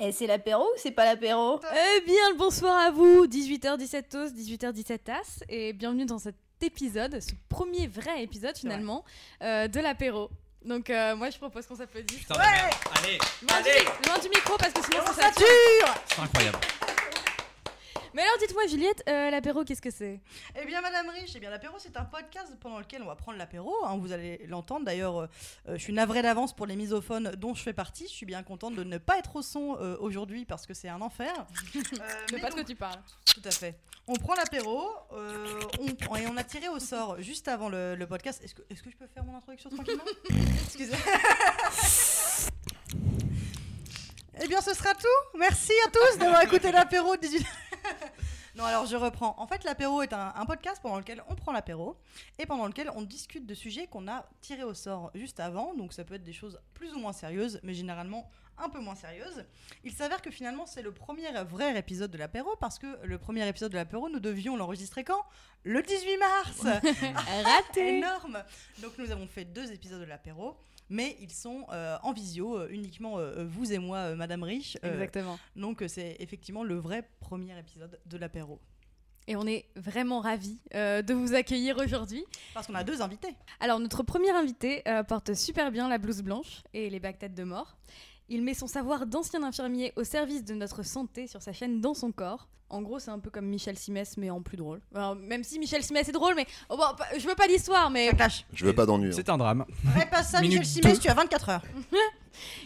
Et c'est l'apéro ou c'est pas l'apéro Eh bien, le bonsoir à vous 18h17 toast, 18h17 tasse, et bienvenue dans cet épisode, ce premier vrai épisode finalement, euh, de l'apéro. Donc euh, moi, je propose qu'on s'applaudisse. Putain de merde. Allez, Loin du, allez loin du micro, parce que sinon ça sature. Sature C'est incroyable. Mais alors, dites-moi, Juliette, euh, l'apéro, qu'est-ce que c'est Eh bien, Madame Riche, eh bien, l'apéro, c'est un podcast pendant lequel on va prendre l'apéro. hein, vous allez l'entendre. D'ailleurs, euh, euh, je suis navrée d'avance pour les misophones dont je fais partie. Je suis bien contente de ne pas être au son euh, aujourd'hui parce que c'est un enfer. Euh, Je mais sais pas de donc, quoi tu parles. Tout à fait. On prend l'apéro euh, on prend- et on a tiré au sort juste avant le, le podcast. Est-ce que, est-ce que je peux faire mon introduction tranquillement Excusez-moi. eh bien, ce sera tout. Merci à tous d'avoir écouté l'apéro. de 18 non, alors je reprends. En fait, l'apéro est un, un podcast pendant lequel on prend l'apéro et pendant lequel on discute de sujets qu'on a tirés au sort juste avant. Donc, ça peut être des choses plus ou moins sérieuses, mais généralement un peu moins sérieuses. Il s'avère que finalement, c'est le premier vrai épisode de l'apéro parce que le premier épisode de l'apéro, nous devions l'enregistrer quand Le 18 mars Raté Énorme Donc nous avons fait deux épisodes de l'apéro, mais ils sont euh, en visio, euh, uniquement euh, vous et moi, euh, Madame Riche. Euh, Exactement. Donc euh, c'est effectivement le vrai premier épisode de l'apéro. Et on est vraiment ravis euh, de vous accueillir aujourd'hui. Parce qu'on a deux invités. Alors, notre premier invité euh, porte super bien la blouse blanche et les baguettes de mort. Il met son savoir d'ancien infirmier au service de notre santé sur sa chaîne Dans son corps. En gros, c'est un peu comme Michel Simès, mais en plus drôle. Alors, même si Michel Simès est drôle, mais oh, bon, pas- je veux pas l'histoire, mais Clash. Je veux pas d'ennui. hein. C'est un drame. pas ça, Minute Michel Simès, tu as 24 heures.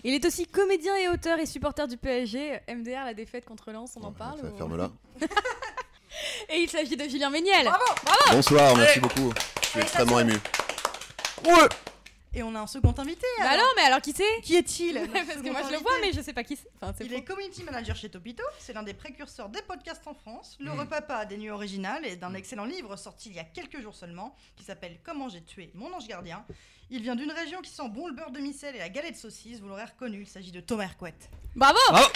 il est aussi comédien et auteur et supporter du PSG. MDR, la défaite contre Lens, on en parle. Ça, ou- Ferme-la. Et il s'agit de Julien Méniel. Bonsoir, merci beaucoup. Je suis extrêmement ému. Et on a un second invité. Bah alors, mais alors qui c'est Qui est-il Parce que moi je le vois, mais je sais pas qui c'est. Enfin, c'est Il faux. est community manager chez Topito, c'est l'un des précurseurs des podcasts en France, Mm. le repapa des nuits originales et d'un excellent livre sorti il y a quelques jours seulement qui s'appelle Comment j'ai tué mon ange gardien. Il vient d'une région qui sent bon le beurre de micelle et la galette saucisse, vous l'aurez reconnu, il s'agit de Thomas Hercouette. Bravo Bravo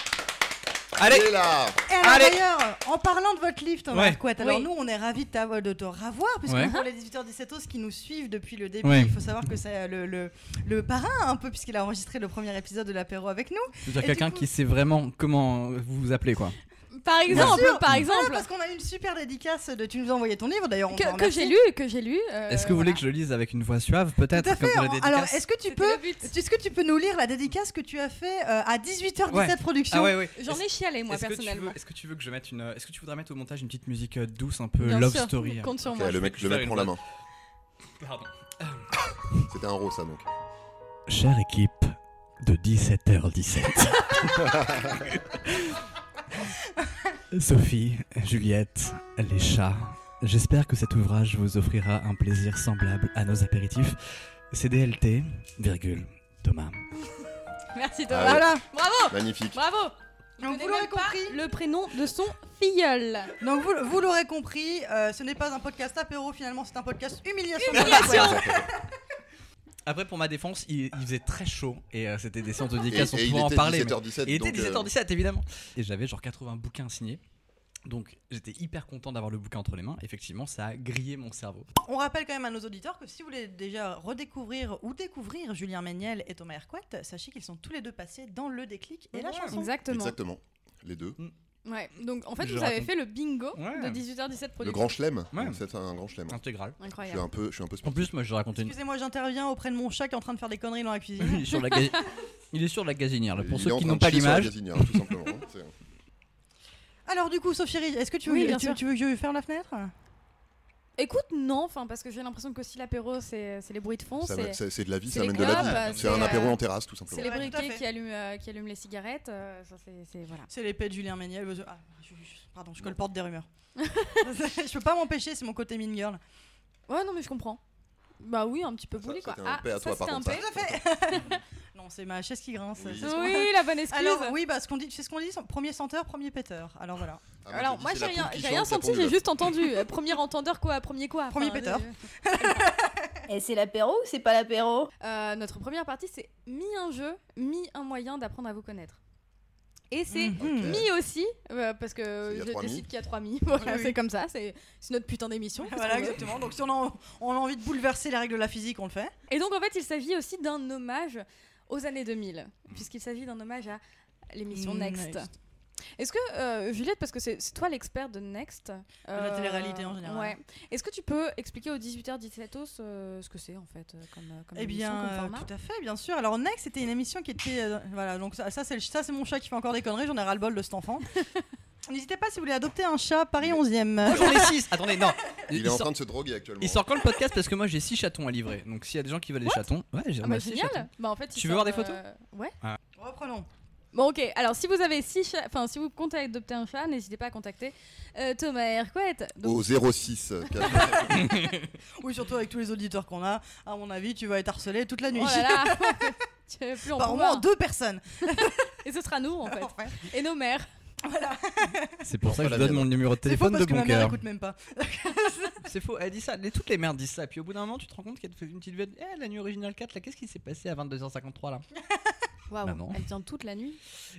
Allez Il est là Et alors, Allez. d'ailleurs, en parlant de votre livre Thomas Ouais. Hercouët, alors Oui. nous on est ravis de, t'avoir- de te revoir, puisque Ouais. pour les 18h17 qui nous suivent depuis le début, Ouais. il faut savoir que c'est le, le, le parrain un peu, puisqu'il a enregistré le premier épisode de l'apéro avec nous. Je veux dire, Et quelqu'un du coup- qui sait vraiment comment vous vous appelez, quoi. Par exemple, sûr. par Voilà, exemple. parce qu'on a eu une super dédicace de tu nous as envoyé ton livre d'ailleurs. on t'en Que, que remercie. j'ai lu, que j'ai lu. euh, Est-ce que vous voulez voilà. que je le lise avec une voix suave, Tout à peut-être, fait. hein. comme pour les Alors, dédicaces Alors, est-ce que tu C'était peux, le but. est-ce que tu peux nous lire la dédicace que tu as fait euh, à 18h17 Ouais. production Ah ouais, ouais. J'en ai chialé moi Est-ce que tu personnellement. veux- Est-ce que tu veux que je mette une. euh, Est-ce que tu voudrais mettre au montage une petite musique euh, douce, un peu Bien love sûr, story hein Compte sur hein. Ok, moi. Le mec, le faire mec une prend la main. Pardon. C'était un rose, ça donc. Chère équipe de 17h17. Sophie, Juliette, les chats, j'espère que cet ouvrage vous offrira un plaisir semblable à nos apéritifs. CDLT, virgule, Thomas. Merci Ah Thomas. ouais. Voilà. Bravo, Magnifique. bravo. Donc, Je vous n'ai l'aurez même pas compris. Le prénom de son filleul. Donc vous, vous l'aurez compris, euh, ce n'est pas un podcast apéro finalement, c'est un podcast humiliation. Après, pour ma défense, il, il faisait très chaud et euh, c'était des séances de Et, dédicaces, on et il pouvait en était parler. mais- 17h17. Il était donc, euh, 17h17 évidemment. Et j'avais genre 80 bouquins signés. Donc j'étais hyper content d'avoir le bouquin entre les mains. Effectivement, ça a grillé mon cerveau. On rappelle quand même à nos auditeurs que si vous voulez déjà redécouvrir ou découvrir Julien Méniel et Thomas Hercouët, sachez qu'ils sont tous les deux passés dans le déclic et la Ouais. chanson. Exactement. Exactement. Les deux. Ouais. Donc en fait, Je vous avez raconte. fait le bingo Ouais. de 18h17 production. Le grand chelem. Ouais. Donc, C'est un grand chelem. Intégral. Je suis Incroyable. un peu, je suis un peu En sportif. plus, moi, je racontais une. Excusez-moi, j'interviens auprès de mon chat qui est en train de faire des conneries dans la Il cuisine. est sur la, gaz- Il est sur la gazinière. là. Pour Il est ceux en qui train n'ont de pas chier sur la l'image, gazinière, tout simplement. C'est- Alors du coup, Sophie, Rich, est-ce que tu veux, Oui, bien tu, sûr. tu veux que je ferme la fenêtre Écoute, non, enfin parce que j'ai l'impression que si l'apéro, c'est c'est les bruits de fond, Ça c'est va- C'est c'est de la vie, c'est ça les amène de la clopes, euh, vie. c'est, C'est un apéro euh, en terrasse, tout c'est simplement. les Ouais, tout à briquets fait. qui allument, euh, qui allument les cigarettes. euh, ça, c'est c'est- voilà. C'est l'épée de Julien Méniel. parce que- ah, je- je- pardon, je colporte des rumeurs. je peux pas m'empêcher, c'est mon côté mean girl. Ouais, non, mais je comprends. Bah oui, un petit peu Ça, bouli quoi. c'était un paix à Ah, ça, toi, par c'était un contre, paix. ça. Non, c'est ma chaise qui grince. Oui. c'est ce qu'on- Oui, la bonne excuse. Alors oui, bah ce qu'on dit, c'est ce qu'on dit, premier senteur, premier péteur. Alors voilà. Ah, je Alors dis, moi c'est j'ai la poule rien, qui j'ai chante, rien la senti, poule. j'ai juste entendu. Euh, Premier entendeur quoi, premier quoi. Premier enfin, péteur. Et c'est l'apéro ou c'est pas l'apéro je- Euh, notre première partie c'est mi un jeu, mi un moyen d'apprendre à vous connaître. Et c'est Mhm. mi aussi euh, parce que C'est- il Hmm. y a je trois mi. décide qu'il y a trois mi. Voilà, Oui, oui. c'est comme ça, c'est c'est notre putain d'émission. qu'est-ce Voilà, qu'on veut. exactement. Donc si on a, on a envie de bouleverser les règles de la physique, on le fait. Et donc en fait il s'agit aussi d'un hommage aux années 2000 puisqu'il s'agit d'un hommage à l'émission Next. Mmh, Next. Est-ce que, euh, Juliette, parce que c'est c'est toi l'expert de Next. euh, la télé-réalité en général. Ouais. Est-ce que tu peux expliquer aux 18h, 17h ce que c'est en fait euh, comme, euh, comme Eh émission, bien, comme euh, format tout à fait, bien sûr. Alors Next, c'était une émission qui était, euh, voilà, donc ça, ça, c'est le- ça c'est mon chat qui fait encore des conneries. J'en ai ras le bol de cet enfant. N'hésitez pas si vous voulez adopter un chat Paris 11e. Moi j'en ai 6 Attendez, non Il est en sort, train de se droguer actuellement. il sort quand le podcast Parce que moi j'ai 6 chatons à livrer. Donc s'il y a des gens qui veulent des chatons, ouais, j'ai Ah on a bah, six génial chatons. bah, en fait, Tu ils veux voir des sortent, photos euh, Ouais. Reprenons. Bon, ok. Alors, si vous avez six chats- enfin, si vous comptez adopter un chat, n'hésitez pas à contacter euh, Thomas Hercouette. Donc, Au 06. euh, quatre- Oui, surtout avec tous les auditeurs qu'on a. À mon avis, tu vas être harcelé toute la oh nuit. là là Tu veux plus en Par au pouvoir. moins deux personnes. Et ce sera nous en fait. Enfin, Et nos mères. C'est pour ça pas que je la donne mon mienne. numéro de C'est faux téléphone parce de que bon ma mère cœur. écoute même pas. C'est faux, elle dit ça. Les- toutes les mères disent ça. Puis au bout d'un moment, tu te rends compte qu'elle te fait une petite veine. Eh, la nuit originale 4, là, qu'est-ce qui s'est passé à 22h53 là Waouh, Maman. elle tient toute la nuit.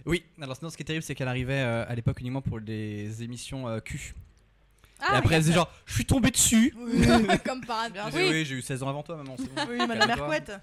Oui, alors sinon, ce qui est terrible, c'est qu'elle arrivait euh, à l'époque uniquement pour des émissions euh, Q. Ah, Et après, elle faisait genre, je suis tombé dessus. comme par hasard. Je disais, Oui, oui, j'ai eu 16 ans avant toi, maman. c'est bon. Oui, Madame Calme-toi. Hercouette.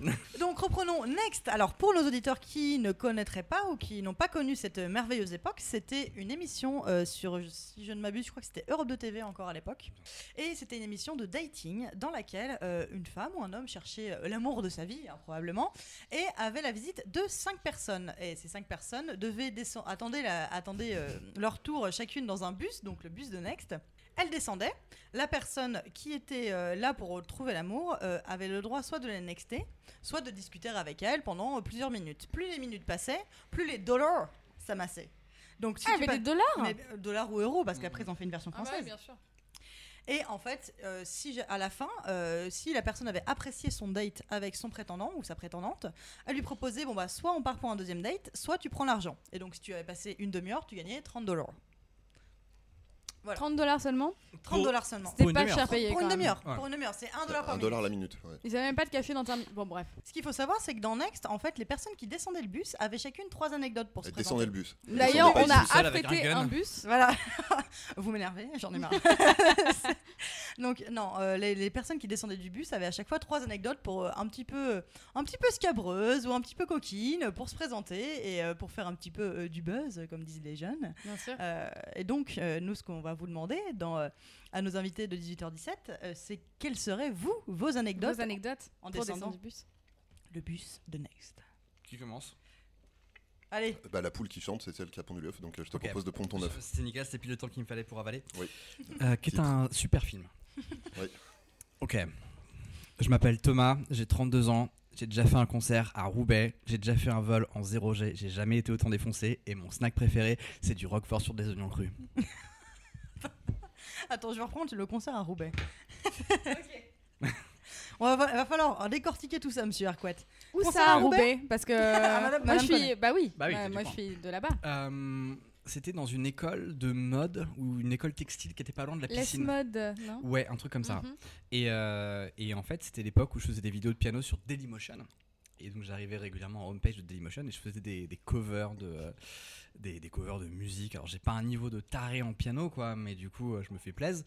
Donc reprenons Next. Alors pour nos auditeurs qui ne connaîtraient pas ou qui n'ont pas connu cette merveilleuse époque, c'était une émission euh, sur, si je ne m'abuse, je crois que c'était Europe 2 TV encore à l'époque. Et c'était une émission de dating dans laquelle euh, une femme ou un homme cherchait euh, l'amour de sa vie, hein, probablement, et avait la visite de cinq personnes. Et ces cinq personnes devaient descendre, attendez, la- attendez euh, leur tour chacune dans un bus, donc le bus de Next. Elle descendait. La personne qui était euh, là pour trouver l'amour euh, avait le droit soit de la nexter, soit de discuter avec elle pendant euh, plusieurs minutes. Plus les minutes passaient, plus les dollars s'amassaient. Donc si Ah, tu mais pas- des dollars mais, euh, dollars ou euros, parce qu'après ils ont fait une version Ah bah française. oui, bien sûr. Et en fait, euh, si j'ai- à la fin, euh, si la personne avait apprécié son date avec son prétendant ou sa prétendante, elle lui proposait bon bah soit on part pour un deuxième date, soit tu prends l'argent. Et donc si tu avais passé une demi-heure, tu gagnais 30 dollars. Voilà. 30 dollars seulement 30 Pour- dollars seulement. Pour C'était une pas demi-heure. cher payé. Pour quand une même. demi-heure, Ouais. pour une demi-heure, c'est 1 dollar par Un minute. dollar la minute. ouais. Ils avaient même pas de cachet dans terme. Bon, bref. Ce qu'il faut savoir, c'est que dans Next, en fait, les personnes qui descendaient le bus avaient chacune trois anecdotes pour se Elle présenter. descendait le bus. Elle D'ailleurs, descendait on pas a le bus. seul avec affrété un gun. un bus. Voilà, vous m'énervez, j'en ai marre. Donc non, euh, les, les personnes qui descendaient du bus avaient à chaque fois trois anecdotes pour euh, un petit peu, un petit peu scabreuse ou un petit peu coquine pour se présenter et euh, pour faire un petit peu euh, du buzz, comme disent les jeunes. Bien sûr. Euh, et donc, euh, nous, ce qu'on va vous demander dans, euh, à nos invités de 18h17, euh, c'est quelles seraient vous vos anecdotes Deux anecdotes en pour descendant descendre du bus. le bus de Next. Qui commence Allez, Bah, la poule qui chante, c'est celle qui a pondu l'œuf, donc euh, je te Ok. propose de pondre ton œuf. C'était nickel, c'était pile le temps qu'il me fallait pour avaler. Oui. Euh, qui est Titre. un super film. Oui. Ok. Je m'appelle Thomas, j'ai 32 ans, j'ai déjà fait un concert à Roubaix, j'ai déjà fait un vol en 0G, j'ai jamais été autant défoncé et mon snack préféré, c'est du roquefort sur des oignons crus. attends, je vais reprendre le concert à Roubaix. On va, va falloir décortiquer tout ça, monsieur Arquette. Où Concert ça à à Roubaix Parce que Ah, madame- moi je madame suis. connaît. Bah oui, Bah oui, moi- c'est moi du je coin. suis de là-bas. Euh, C'était dans une école de mode ou une école textile qui était pas loin de la Les piscine. mode, non Ouais, un truc comme ça. Mhm. Et, euh, et en fait, c'était l'époque où je faisais des vidéos de piano sur Dailymotion. Et donc j'arrivais régulièrement en homepage de Dailymotion et je faisais des, des covers de euh, des, des covers de musique. Alors j'ai pas un niveau de taré en piano quoi, mais du coup euh, je me fais plaise.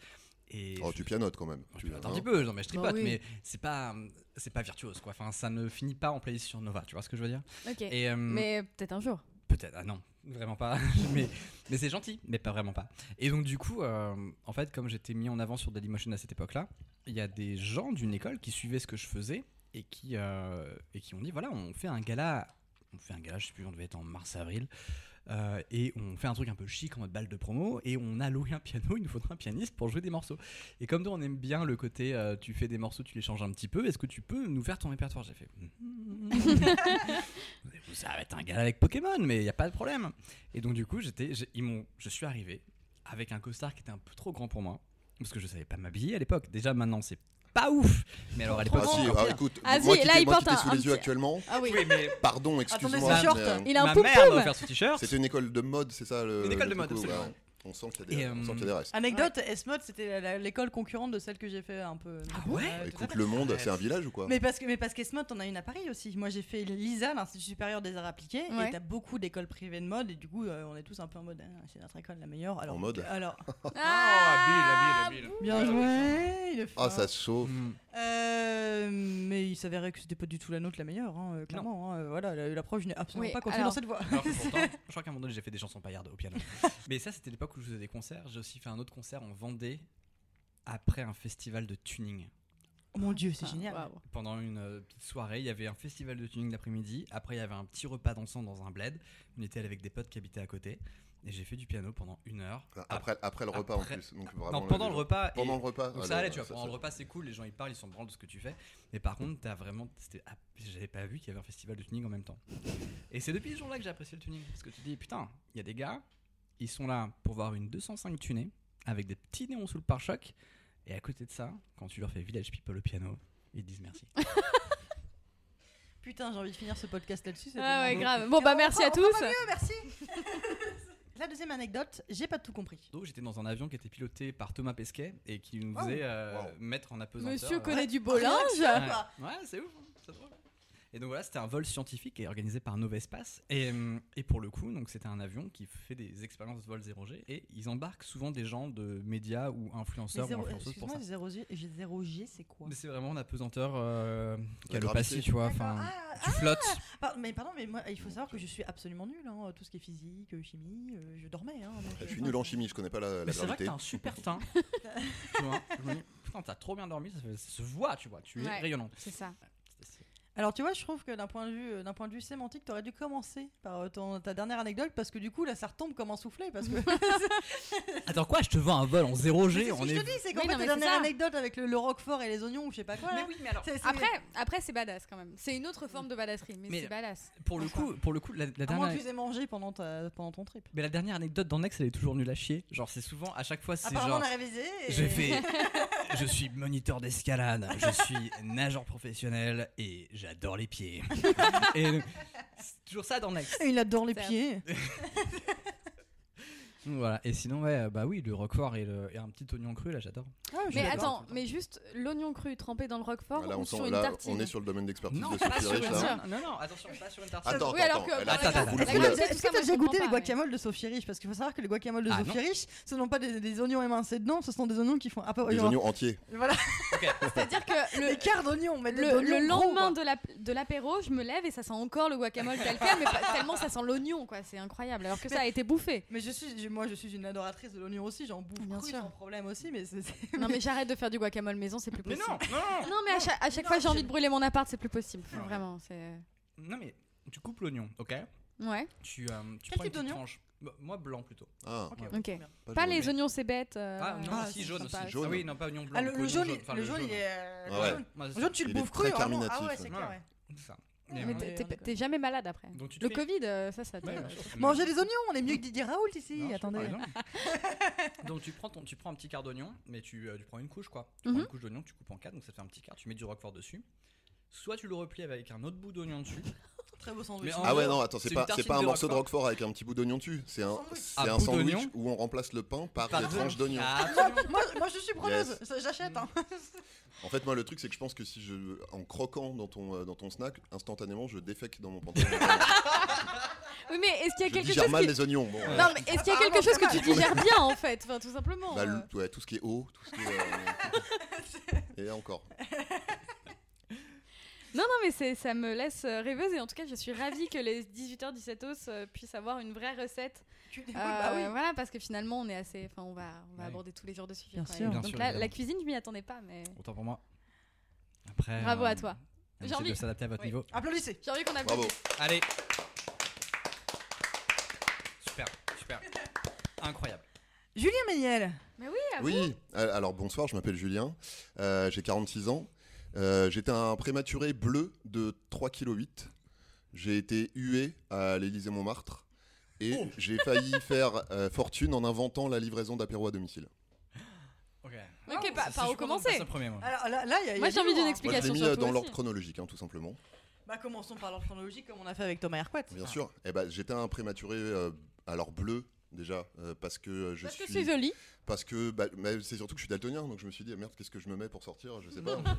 Et Oh, je- tu pianotes quand même. Bon, Tu- je- attends un petit hein. peu, non, mais je tripote, Bah oui. mais c'est pas c'est pas virtuose quoi. Enfin ça ne finit pas en playlist sur Nova, tu vois ce que je veux dire Ok. Et euh, Mais peut-être un jour. Peut-être, ah non, vraiment pas. mais mais c'est gentil, mais pas vraiment pas. Et donc, du coup, euh, en fait, comme j'étais mis en avant sur Dailymotion à cette époque-là, il y a des gens d'une école qui suivaient ce que je faisais et qui, euh, et qui ont dit voilà, on fait un gala. On fait un gala, je sais plus, on devait être en mars-avril. Euh, et on fait un truc un peu chic en mode balle de promo et on a loué un piano, il nous faudra un pianiste pour jouer des morceaux. Et comme toi on aime bien le côté euh, tu fais des morceaux, tu les changes un petit peu, est-ce que tu peux nous faire ton répertoire J'ai fait Vous- ça va être un gars avec Pokémon mais il n'y a pas de problème. Et donc du coup j'étais, j'ai- ils m'ont- je suis arrivé avec un costard qui était un peu trop grand pour moi parce que je savais pas m'habiller à l'époque. Déjà maintenant c'est pas ouf, mais alors à l'époque Ah si, c'était ah, encore pire. écoute, Ah moi si, qui là, t'ai- il moi qui porte t'ai un- sous un les yeux petit- actuellement, Ah oui. Oui, mais pardon, excuse-moi. c'est short. mais, euh, Il a un ma poum mère m'a offert ce t-shirt. C'était une école de mode, c'est ça le, Une école le de mode, truc où, absolument. ouais, On sent qu'il y, a des- Et, on sent qu'il y a des restes. Anecdote, S-Mode, c'était la- la- l'école concurrente de celle que j'ai fait un peu. Ah ouais tout à Écoute, fait. le monde, c'est un village ou quoi Mais parce que mais parce qu'Esmode, t'en as une à Paris aussi. Moi, j'ai fait l'ISA, l'Institut supérieur des arts appliqués, Ouais. et t'as beaucoup d'écoles privées de mode, et du coup, euh, on est tous un peu en mode, Ah, c'est notre école la meilleure. Alors, En mode Alors, Ah, bien joué, il est Ah, fort. ça chauffe. Hmm. Euh, mais il s'avérait que c'était pas du tout la nôtre la meilleure, hein, euh, clairement. hein, euh, voilà, la- l'approche n'est absolument Oui, pas contenue alors- dans cette voie. Alors que pourtant, je crois qu'à un moment donné, j'ai fait des chansons paillardes au piano. Mais ça, c'était l'époque où je faisais des concerts. J'ai aussi fait un autre concert en Vendée après un festival de tuning. Mon dieu, Ah, c'est génial. waouh. Pendant une euh, petite soirée, il y avait un festival de tuning l'après-midi. Après, il y avait un petit repas dansant dans un bled. On était allé avec des potes qui habitaient à côté. Et j'ai fait du piano pendant une heure. Ah, Après, après le repas Après- en plus. Donc, vraiment, Non, là, pendant les le gens- repas. et- Pendant le repas. Donc ah, ça là, allait, tu vois, ça, pendant ça- le repas c'est cool, les gens ils parlent, ils s'en branlent de ce que tu fais. Mais par contre, t'as vraiment. c'était- ah, J'avais pas vu qu'il y avait un festival de tuning en même temps. Et c'est depuis ce jour-là que j'ai apprécié le tuning. Parce que tu dis, putain, il y a des gars, ils sont là pour voir une 205 tunée, avec des petits néons sous le pare-choc. Et à côté de ça, quand tu leur fais Village People au piano, ils te disent merci. Putain, j'ai envie de finir ce podcast là-dessus. c'était Ah ouais, vraiment- grave. Bon, bah merci à On comprend tous. mieux, merci. la deuxième anecdote, j'ai pas tout compris. Donc j'étais dans un avion qui était piloté par Thomas Pesquet et qui nous Wow. faisait euh, Wow. mettre en apesanteur. Monsieur euh, connaît du beau Rien que ça, linge. Ouais, quoi. Ouais, c'est ouf, hein, c'est drôle. Et donc voilà, c'était un vol scientifique et organisé par Novespace. Et, hum, et pour le coup, donc c'était un avion qui fait des expériences de vol 0G et ils embarquent souvent des gens de médias ou Mais influenceurs ou zéro- euh, influenceuses pour ça. Excuse-moi, 0 G, j'ai 0 G, c'est quoi Mais c'est vraiment un apesanteur euh, La calopatie, gravité. tu vois. D'accord. Enfin, Ah, tu flottes. Par- mais pardon, mais moi, il faut savoir que je suis absolument nulle. hein, tout ce qui est physique, euh, chimie, euh, je dormais. hein, donc, Je euh, suis nul en chimie, je connais pas la, la Mais c'est vrai que gravité. t'as un super teint. tu vois, je me dis, putain, t'as trop bien dormi, ça, fait- ça se voit, tu vois, tu es Ouais. rayonnante. C'est ça. Alors tu vois, je trouve que d'un point de vue, euh, d'un point de vue sémantique, t'aurais dû commencer par euh, ton- ta dernière anecdote parce que du coup là, ça retombe comme un soufflé parce que. Attends, quoi, je te vends un vol en Mais 0G c'est ce on que je est... te dis, c'est qu'en Oui, fait non, ta mais c'est dernière ça. anecdote avec le, le roquefort et les oignons ou je sais pas quoi. là, oui, mais alors, c'est- c'est- Après, après c'est badass quand même. C'est une autre forme de badasserie, mais, Mais- c'est badass. pour le coup, pour le coup la, la à moins que dernière. tu les aies mangés pendant ta- pendant ton trip. Mais la dernière anecdote dans Next, elle est toujours nulle à chier. Genre, c'est souvent, à chaque fois, c'est Apparemment, genre. on a révisé. et- Je fais. je suis moniteur d'escalade, je suis nageur professionnel et j'adore les pieds. et euh, c'est toujours ça dans Next. Et il adore les Ça- pieds. Voilà. Et sinon, ouais, euh, bah oui, le roquefort et, le- et un petit oignon cru, là, j'adore. Ah, je Mais l'adore. attends, mais juste l'oignon cru trempé dans le roquefort Voilà, ou on, sur sent- une là, tartine on est sur le domaine d'expertise de pas sur Sophie une Richard. tartine. hein Non, non, attention, pas sur une tartine. Attends, Oui, alors attends, que- elle a- Attends, attends, vous attends. La le- vous le- gravité, Est-ce tout que ça, t'as moi, je déjà goûté comprends les pas, mais- guacamoles de Sophie Riche Parce qu'il faut savoir que les guacamoles de Ah, Sophie Riche, ce ne sont pas des, des oignons émincés dedans, ce sont des oignons qui font. Ah, pas- Des genre- oignons entiers. Voilà, C'est-à-dire que le, des quarts d'oignons, mais des le, oignons le gros, quoi. lendemain de la- de l'apéro, je me lève et ça sent encore le guacamole tel quel, mais pas- tellement ça sent l'oignon, quoi. C'est incroyable. Alors que ça a été bouffé. Mais je suis, je- moi je suis une adoratrice de l'oignon aussi, j'en bouffe Bien cru sûr. sans problème aussi, mais c'est. c'est- Non, mais j'arrête de faire du guacamole maison, c'est plus Mais possible. non, non, Non, mais à chaque, à chaque non, fois j'ai envie j'aime- de brûler mon appart, c'est plus possible. Non. Vraiment, c'est. non, mais tu coupes l'oignon, ok Ouais, Tu, euh, tu Quel prends une type petite d'oignon tranche. Bah, moi, blanc plutôt. Ah, Ok. ok. pas Pas jaune. les oignons, c'est bête. euh, Ah, non, Ah, aussi c'est jaune aussi. sympa. jaune. Ah oui, non, pas oignon blanc. Ah, le, le oignon jaune, enfin, hein. le jaune, il est. euh, Ah ouais. Le jaune, Moi, le jaune, tu le Il est bouffes très cru, vraiment. Ah carminatif, ouais, c'est ouais. clair, ouais. c'est ça. Ouais, Et, Mais euh, t'es- Ouais, t'es d'accord. t'es jamais malade après. donc tu te Le fais- Covid, euh, ça, ça. te- Ouais, bien sûr. Manger des oignons, on est mieux que Didier Raoult ici, Non, je attendez. Ah, prends raison. donc tu prends ton, tu prends un petit quart d'oignon, mais tu, euh, tu prends une couche quoi. Tu prends Mhm. une couche d'oignon, tu coupes en quatre, donc ça te fait un petit quart. Tu mets du roquefort dessus. Soit tu le replies avec un autre bout d'oignon dessus. Très beau Mais sandwich. en Ah ouais, gros, non, attends, c'est une pas, tartine c'est pas un de morceau de roquefort. roquefort avec un petit bout d'oignon dessus. C'est un, c'est Un un Ah, bout sandwich d'oignon. où on remplace le pain par Par des deux. Ah. tranches d'oignon. Absolument. Moi, moi, je suis preneuse, ça, j'achète. Hein. Mm. En fait, moi, le truc, c'est que je pense que si je, en croquant dans ton, euh, dans ton snack, instantanément, je défèque dans mon pantalon. Ah, Oui, mais est-ce qu'il y a je quelque digère chose mal que. les oignons. Bon, euh, Non, mais est-ce qu'il y a quelque chose que tu digères bien en fait Enfin, tout simplement. bah, euh. le- ouais, tout ce qui est eau, tout ce qui est. euh, Et encore. Non, non, mais c'est- ça me laisse euh, rêveuse et en tout cas, je suis ravie que les 18h, 17h euh, puissent avoir une vraie recette. Tu- Euh, bah oui. Voilà, parce que finalement, on est assez. Enfin, on va, Bah on va Ouais. aborder tous les jours de sujet. Bien quoi. sûr. Et Bien Donc sûr, là, évidemment. la cuisine, je m'y attendais pas, mais Autant pour moi. Euh, Après. euh, Bravo à toi. Ah. on J'ai essaie envie- de s'adapter à votre Oui. niveau. Applaudissez. j'ai envie qu'on Bravo. applaudisse. Allez. Super. Incroyable. Julien Méniel. Mais oui, à Oui, euh, alors bonsoir, je m'appelle Julien, euh, j'ai 46 ans. Euh, J'étais un prématuré bleu de 3,8 kg. J'ai été hué à l'Élysée-Montmartre et Oh. j'ai failli faire euh, fortune en inventant la livraison d'apéro à domicile. Ok, Ok. c'est- par- c'est par où chaud, on passe commencer au premier, moi. Alors là, là, il y a- il y a Moi, j'ai du lourd, envie d'une hein. Moi, je l'ai explication mis sur euh, toi dans l'ordre aussi. chronologique, hein, tout simplement. Bah, commençons par l'ordre chronologique comme on a fait avec Thomas Hercouet. Ah. Bien sûr. Eh ben, J'étais un prématuré, euh, alors bleu déjà, euh, parce que euh, je Parce que suis. c'est joli. Parce que bah, mais c'est surtout que je suis daltonien, donc je me suis dit, ah merde, qu'est-ce que je me mets pour sortir Je sais pas. On m'a-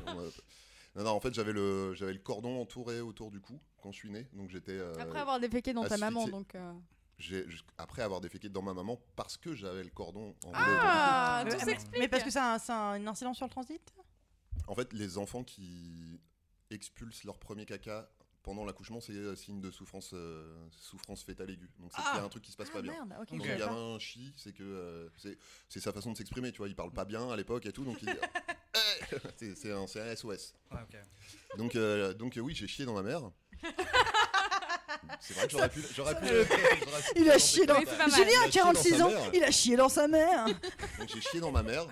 non, non, en fait, j'avais le, j'avais le cordon entouré autour du cou quand je suis né, donc j'étais. euh, Après avoir déféqué dans ta asphyxié. maman, donc. euh, j'ai- j- après avoir déféqué dans ma maman parce que j'avais le cordon enroulé Ah, Euh, eh tout mais- ben, s'explique. Mais parce que ça a, un- ça a une incidence sur le transit autour. En fait, les enfants qui expulsent leur premier caca pendant l'accouchement, c'est euh, signe de souffrance, euh, souffrance fétale aiguë. Donc c'est Ah qu'il y a un truc qui se passe pas bien. merde, ok. Quand Ok. je savais le pas. gamin chie, c'est que euh, c'est- c'est sa façon de s'exprimer, tu vois. Il parle pas bien à l'époque et tout, donc il dit. Eh, c'est c'est un, c'est un SOS. Ouais, ok. Donc, euh, donc euh, oui, j'ai chié dans ma mère. C'est vrai que j'aurais pu. j'aurais pu- j'aurais pu Il a présenter chié comme dans- Oui, c'est ça. pas mal. Julien Il a a chié dans 46 sa ans, mère. il a chié dans sa mère. Donc j'ai chié dans ma mère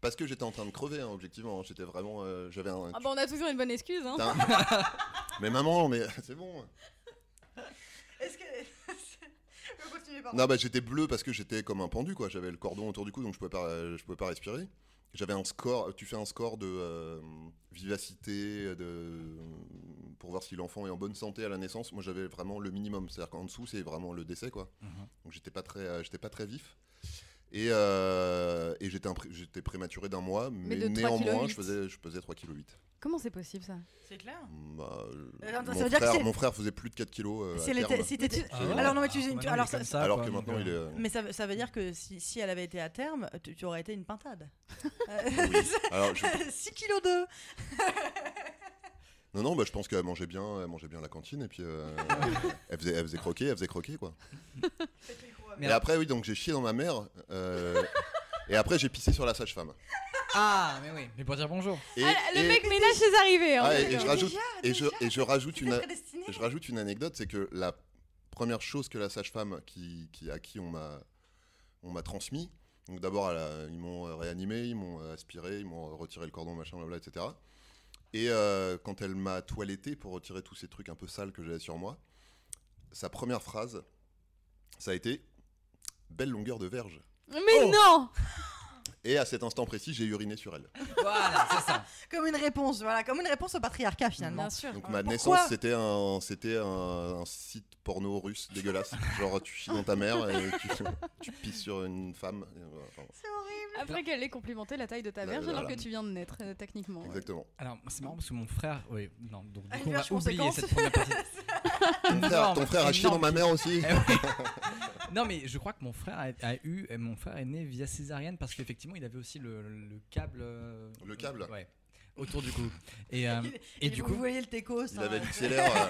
parce que j'étais en train de crever, hein, objectivement. J'étais vraiment. euh, J'avais un. Ah bah on a toujours une bonne excuse, hein. Putain. mais maman, mais c'est bon. Est-ce que. Continuez, pardon. Non, bah j'étais bleu parce que j'étais comme un pendu, quoi. J'avais le cordon autour du cou, donc je pouvais pas, euh, je pouvais pas respirer. J'avais un score. Tu fais un score de euh, vivacité, de pour voir si l'enfant est en bonne santé à la naissance. Moi, j'avais vraiment le minimum. C'est-à-dire qu'en dessous, c'est vraiment le décès, quoi. Mhm. Donc j'étais pas très, euh, j'étais pas très vif. Et, euh, et j'étais un pré- j'étais prématuré d'un mois, mais, de 3 néanmoins, kilos je faisais, je pesais 3,8 kg. Comment c'est possible ça C'est clair. Bah, euh, Attends, ça mon, veut dire que frère, c'est- mon frère faisait plus de 4 kilos. euh, à C'est les terme. te- si t'étais- Ah ouais. Alors non, mais tu- maintenant, tu- il est alors comme ça- ça, alors quoi, que donc, maintenant, euh, il est. euh, Mais ça, veut- ça veut dire que si, si elle avait été à terme, tu, tu aurais été une pintade. Euh, oui. Alors, je- 6 kg 2 Non, non, bah, je pense qu'elle mangeait bien, elle mangeait bien la cantine et puis euh, elle, faisait, elle faisait croquer, elle faisait croquer quoi. Mais et après, oui, donc j'ai chié dans ma mère euh, et après j'ai pissé sur la sage-femme. Ah, mais oui. Mais pour dire bonjour. Et, Ah, Le et- mec ménage ses arrivées. hein. ah, et- et je déjà, rajoute, et je, déjà, et je rajoute une, a- prédestiné. je rajoute une anecdote, c'est que la première chose que la sage-femme qui, qui- à qui on m'a on m'a transmis, donc d'abord elle a- ils m'ont euh, réanimé, ils m'ont euh, aspiré, ils m'ont euh, retiré le cordon, machin, blabla, etc. Et euh, quand elle m'a toiletté pour retirer tous ces trucs un peu sales que j'avais sur moi, sa première phrase, ça a été belle longueur de verge. Mais Oh. non Et à cet instant précis, j'ai uriné sur elle. Voilà, c'est ça. Comme une réponse, voilà, comme une réponse au patriarcat finalement. Bien sûr. Donc Ah, ma pourquoi naissance, c'était un, c'était un, un site porno russe dégueulasse. Genre tu chies dans ta mère et tu, tu pisses sur une femme. et voilà, enfin, C'est horrible. Après qu'elle ait complimenté la taille de ta Là, verge là, alors là. que tu viens de naître, euh, techniquement. ouais. exactement. Alors, c'est marrant parce que mon frère. Oui, non, donc du Ah, coup, on une va vache oublier conséquence. cette première partie. Ton frère, ton frère a chié dans ma mère aussi. Eh oui. non, mais je crois que mon frère a, a eu. et Mon frère est né via césarienne parce qu'effectivement, il avait aussi le, le câble. euh, Le câble Ouais. Autour du cou. Et, euh, et Et du vous coup. voyez le teco, Il ça. avait euh, l'accélère.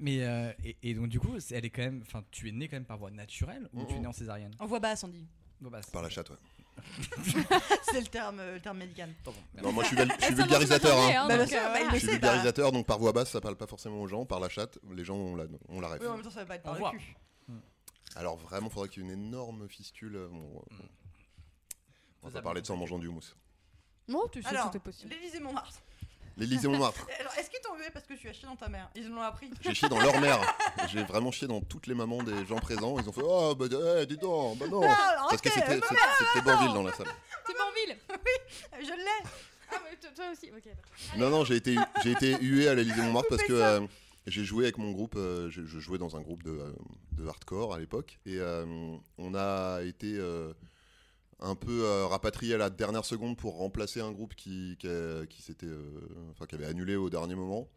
Mais euh, et, et donc du coup, c'est- elle est quand même. Enfin, tu es né quand même par voie naturelle ou Mhm. tu es né en césarienne En voix basse, on dit. Bon, bah, c'est- Par la chatte, ouais. C'est le terme, euh, le terme médical. Pardon, merde. Non, moi je suis, val- je suis Ça, non, vulgarisateur. c'est ma journée, hein. hein, Bah, bien donc, sûr, euh, bah, voilà. mais Je suis c'est, vulgarisateur, donc par voix basse, ça parle pas forcément aux gens. Par la chatte, les gens, on la, on la rêve. Oui, en même temps, ça va pas être Au par le revoir. cul. Alors vraiment, faudrait qu'il y ait une énorme fistule. euh, bon, euh, Mm. On va pas parler de ça en mangeant du houmous. Non, tu sais, Alors, c'était possible. l'Élysée Montmartre. L'Élysée Montmartre. Alors, est-ce qu'ils t'ont vu parce que tu as chié dans ta mère Ils l'ont appris. J'ai chié dans leur mère. J'ai vraiment chié dans toutes les mamans des gens présents. Ils ont fait Oh, bah eh, dis donc, bah non. Ah, Parce que bah, c'était c'était- c'était Bourville dans la salle. T'es pas en ville Je l'ai. Ah, mais t- toi aussi, ok. Non, non, j'ai été, j'ai été hué à l'Élysée Montmartre parce que Coupez ça. euh, j'ai joué avec mon groupe. euh, je, je jouais dans un groupe de, euh, de hardcore à l'époque. Et euh, on a été euh, un peu euh, rapatrié à la dernière seconde pour remplacer un groupe qui, qui, a- qui s'était, euh, enfin, qui avait annulé au dernier moment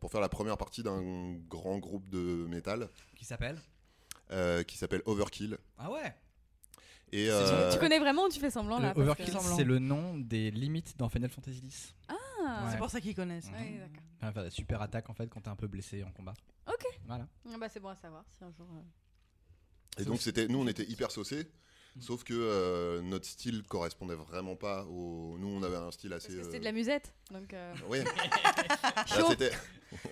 pour faire la première partie d'un grand groupe de métal Qui s'appelle euh, qui s'appelle Overkill. Ah ouais Et, euh, C'est vrai. Tu connais vraiment ou tu fais Oh semblant là Le parce que- Overkill, c'est le nom des limites dans Final Fantasy X. Ah, C'est Ouais. pour ça qu'ils connaissent. Mhm. ouais, d'accord. On va faire la super attaque en fait quand t'es un peu blessé en combat. Ok. Voilà. Ah bah, c'est bon à savoir si un jour. euh, Et donc c'était, nous on était hyper saucés. Sauf que euh, notre style correspondait vraiment pas au. Nous, on avait un style Parce assez. que c'était euh, de la musette. Donc, euh, Ouais. Là, chaud. c'était.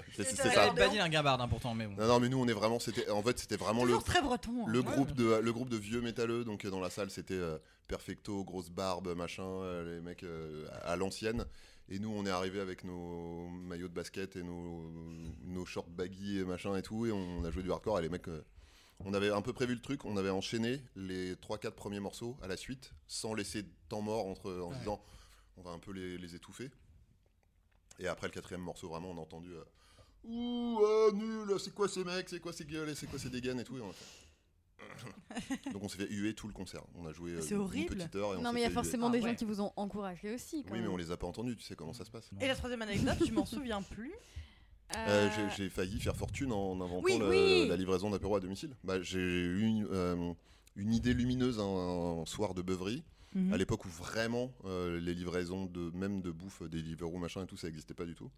c'est c'est Elle ça. avait pas dit un gabard hein, pourtant, mais bon. Non, non, mais nous, on est vraiment. C'était. En fait, c'était vraiment le. Toujours très breton. hein. Le Ouais. groupe, de, le groupe de vieux métalleux, donc euh, dans la salle, c'était euh, Perfecto, grosse barbe, machin, euh, les mecs euh, à à l'ancienne. Et nous, on est arrivés avec nos maillots de basket et nos, nos shorts baggy et machin et tout, et on a joué du hardcore. Et les mecs, euh, on avait un peu prévu le truc, on avait enchaîné les 3-4 premiers morceaux à la suite, sans laisser de temps mort entre, en se disant on va un peu les, les étouffer. Et après le quatrième morceau, vraiment, on a entendu euh, Ouh, ah, nul, c'est quoi ces mecs, c'est quoi ces gueules, et c'est quoi ces dégaines et tout. Et on a fait- Donc on s'est fait huer tout le concert. On a joué euh, C'est une horrible. petite heure et on Non, s'est mais il y a fait huer. forcément Ah des ouais. gens qui vous ont encouragé aussi. quand Oui, mais même. on les a pas entendus, tu sais comment ça se passe. Et la troisième anecdote, je m'en souviens plus. Euh, Euh, j'ai- j'ai failli faire fortune en inventant Oui, le- oui. la livraison d'apéro à domicile. Bah, j'ai eu une, euh, une idée lumineuse un, un soir de beuverie, Mhm. à l'époque où vraiment euh, les livraisons, de, même de bouffe, euh, Deliveroo, machin et tout, ça n'existait pas du tout.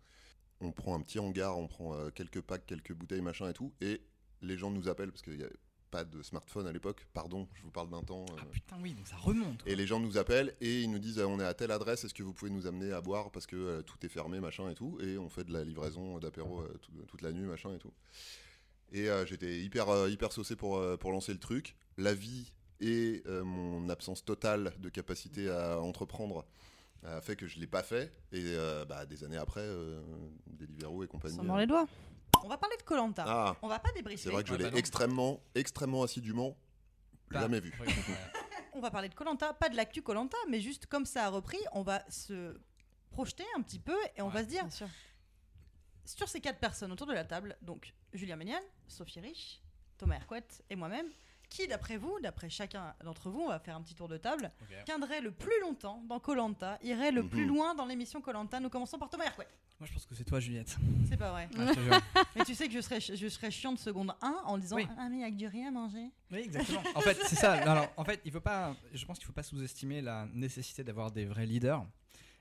On prend un petit hangar, on prend euh, quelques packs, quelques bouteilles, machin et tout, et les gens nous appellent parce qu'il n'y avait pas de smartphone à l'époque. Pardon, je vous parle d'un temps. euh, Ah putain, oui, donc ça remonte. quoi. et les gens nous appellent et ils nous disent euh, on est à telle adresse, est-ce que vous pouvez nous amener à boire parce que euh, tout est fermé, machin et tout. Et on fait de la livraison d'apéro euh, tout- toute la nuit, machin et tout. Et euh, j'étais hyper, euh, hyper saucé pour, euh, pour lancer le truc. La vie et euh, mon absence totale de capacité à entreprendre a fait que je l'ai pas fait. Et euh, bah, des années après, euh, Deliveroo et compagnie. Sans mordre les euh, doigts. On va parler de Colanta. Ah, On va pas débriefer. c'est vrai que je Ouais, bah l'ai non. extrêmement, extrêmement assidûment Bah, Pas- jamais vu. Ah, Ouais, ouais. On va parler de Colanta, pas de l'actu Colanta, mais juste comme ça a repris, on va se projeter un petit peu et on Ouais. va se dire bien sûr. sur ces quatre personnes autour de la table, donc Julien Ménial, Sophie Rich, Thomas Hercouette et moi-même, qui d'après vous, d'après chacun d'entre vous, on va faire un petit tour de table, Ok. tiendrait le plus longtemps dans Colanta, irait le plus Mhm. loin dans l'émission Colanta. Nous commençons par Thomas Hercouette. Moi, je pense que c'est toi, Juliette. C'est pas vrai. Ah, je te jure. mais tu sais que je serais, je serais chiant de seconde 1 en disant Oui. Ah, mais il y a que du riz à manger. Oui, exactement. En fait, c'est ça. Non, non, en fait, il faut pas. Je pense qu'il faut pas sous-estimer la nécessité d'avoir des vrais leaders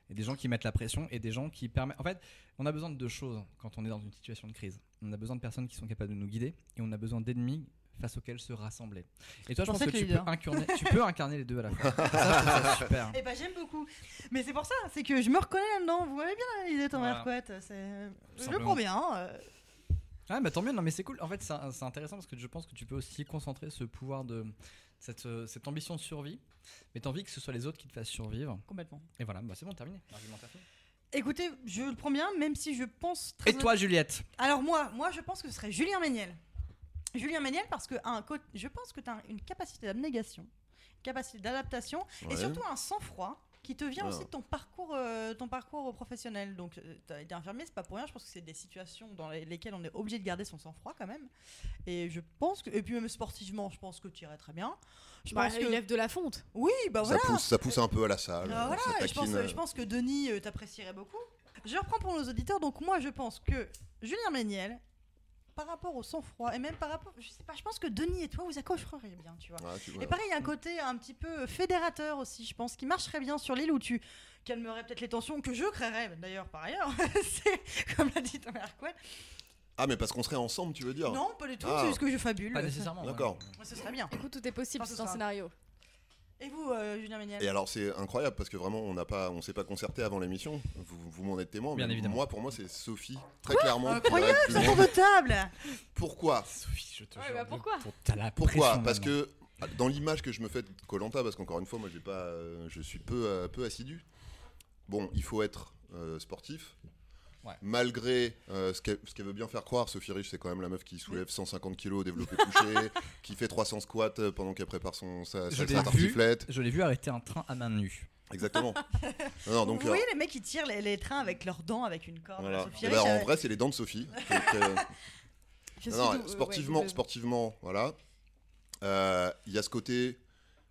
et des gens qui mettent la pression et des gens qui permettent. En fait, on a besoin de deux choses quand on est dans une situation de crise. On a besoin de personnes qui sont capables de nous guider et on a besoin d'ennemis face auxquels se rassembler. Et toi, je Pour pense ça que que tu leader. peux, incarner, tu peux incarner les deux à la fois. Ça, je trouve ça super. hein. Eh ben j'aime beaucoup. Mais c'est pour ça, c'est que je me reconnais là-dedans. Vous m'avez bien analysé Thomas Voilà. Hercouet, c'est- Je le Simplement. prends bien. hein, euh. Ah, mais tant mieux, non, mais c'est cool. En fait, c'est c'est intéressant parce que je pense que tu peux aussi concentrer ce pouvoir de. Cette, euh, cette ambition de survie, mais t'as envie que ce soit les autres qui te fassent survivre. Complètement. Et voilà, bah, c'est bon, terminé. L'argumentaire fini. Écoutez, je le prends bien, même si je pense. très Et toi, Juliette Alors moi, moi je pense que ce serait Julien Méniel. Julien Méniel parce que un co- je pense que tu as une capacité d'abnégation, une capacité d'adaptation et Ouais. Ah. surtout un sang-froid qui te vient Ouais. aussi de ton parcours, euh, ton parcours professionnel. Donc tu as été infirmier, c'est pas pour rien, je pense que c'est des situations dans les- lesquelles on est obligé de garder son sang-froid quand même. Et je pense que et puis même sportivement, je pense que tu irais très bien. Je Bah, pense il que lève de la fonte. oui, bah Ça, voilà. pousse, ça pousse un peu à la salle. euh, Ah, ça voilà, et je pense, taquine, je pense que Denis euh, t'apprécierait beaucoup. Je reprends pour nos auditeurs, donc moi je pense que Julien Méniel, par rapport au sang-froid, et même par rapport, je sais pas, je pense que Denis et toi vous accrocheriez bien, tu vois. euh, ouais, tu- Et pareil, il y a un côté un petit peu fédérateur aussi, je pense, qui marcherait bien sur l'île où tu calmerais peut-être les tensions que je créerais d'ailleurs par ailleurs. C'est comme l'a dit Thomas Hercouet. Ah, mais parce qu'on serait ensemble, tu veux dire Non, pas du tout, Ah. c'est juste que je fabule. Pas nécessairement. ouais. D'accord. Ce serait bien. Écoute, tout est possible, Enfin, ce c'est un sera- scénario. Et vous, euh, Julien Méniel Et alors, c'est incroyable parce que vraiment, on n'a pas, on s'est pas concerté avant l'émission. Vous, vous m'en êtes témoin. Bien mais évidemment. Moi, pour moi, c'est Sophie, très clairement. qui Incroyable, dirait plus ça loin. tourne de table Pourquoi Sophie, je te Ouais, jure. bah, de- pourquoi pour- T'as la Pourquoi pression, Parce maman. que dans l'image que je me fais de Colanta, parce qu'encore une fois, moi, j'ai pas, euh, je suis peu, euh, peu assidu. Bon, il faut être euh, sportif. Ouais. Malgré euh, ce qu'elle ce qu'elle veut bien faire croire, Sophie Rich, c'est quand même la meuf qui soulève 150 kilos au développé couché, qui fait 300 squats euh, pendant qu'elle prépare son, sa, Je sa- l'ai sa vu. tartiflette. Je l'ai vu arrêter un train à main nue. Exactement. non, non, donc, Vous euh, voyez les mecs qui tirent les, les trains avec leurs dents, avec une corde. Voilà. Sophie Eh Rich, euh, ben, en elle- vrai, c'est les dents de Sophie. Donc, euh, Je suis non, non, euh, dou- ouais, sportivement, douteuse. sportivement, voilà. Euh, Il y a ce côté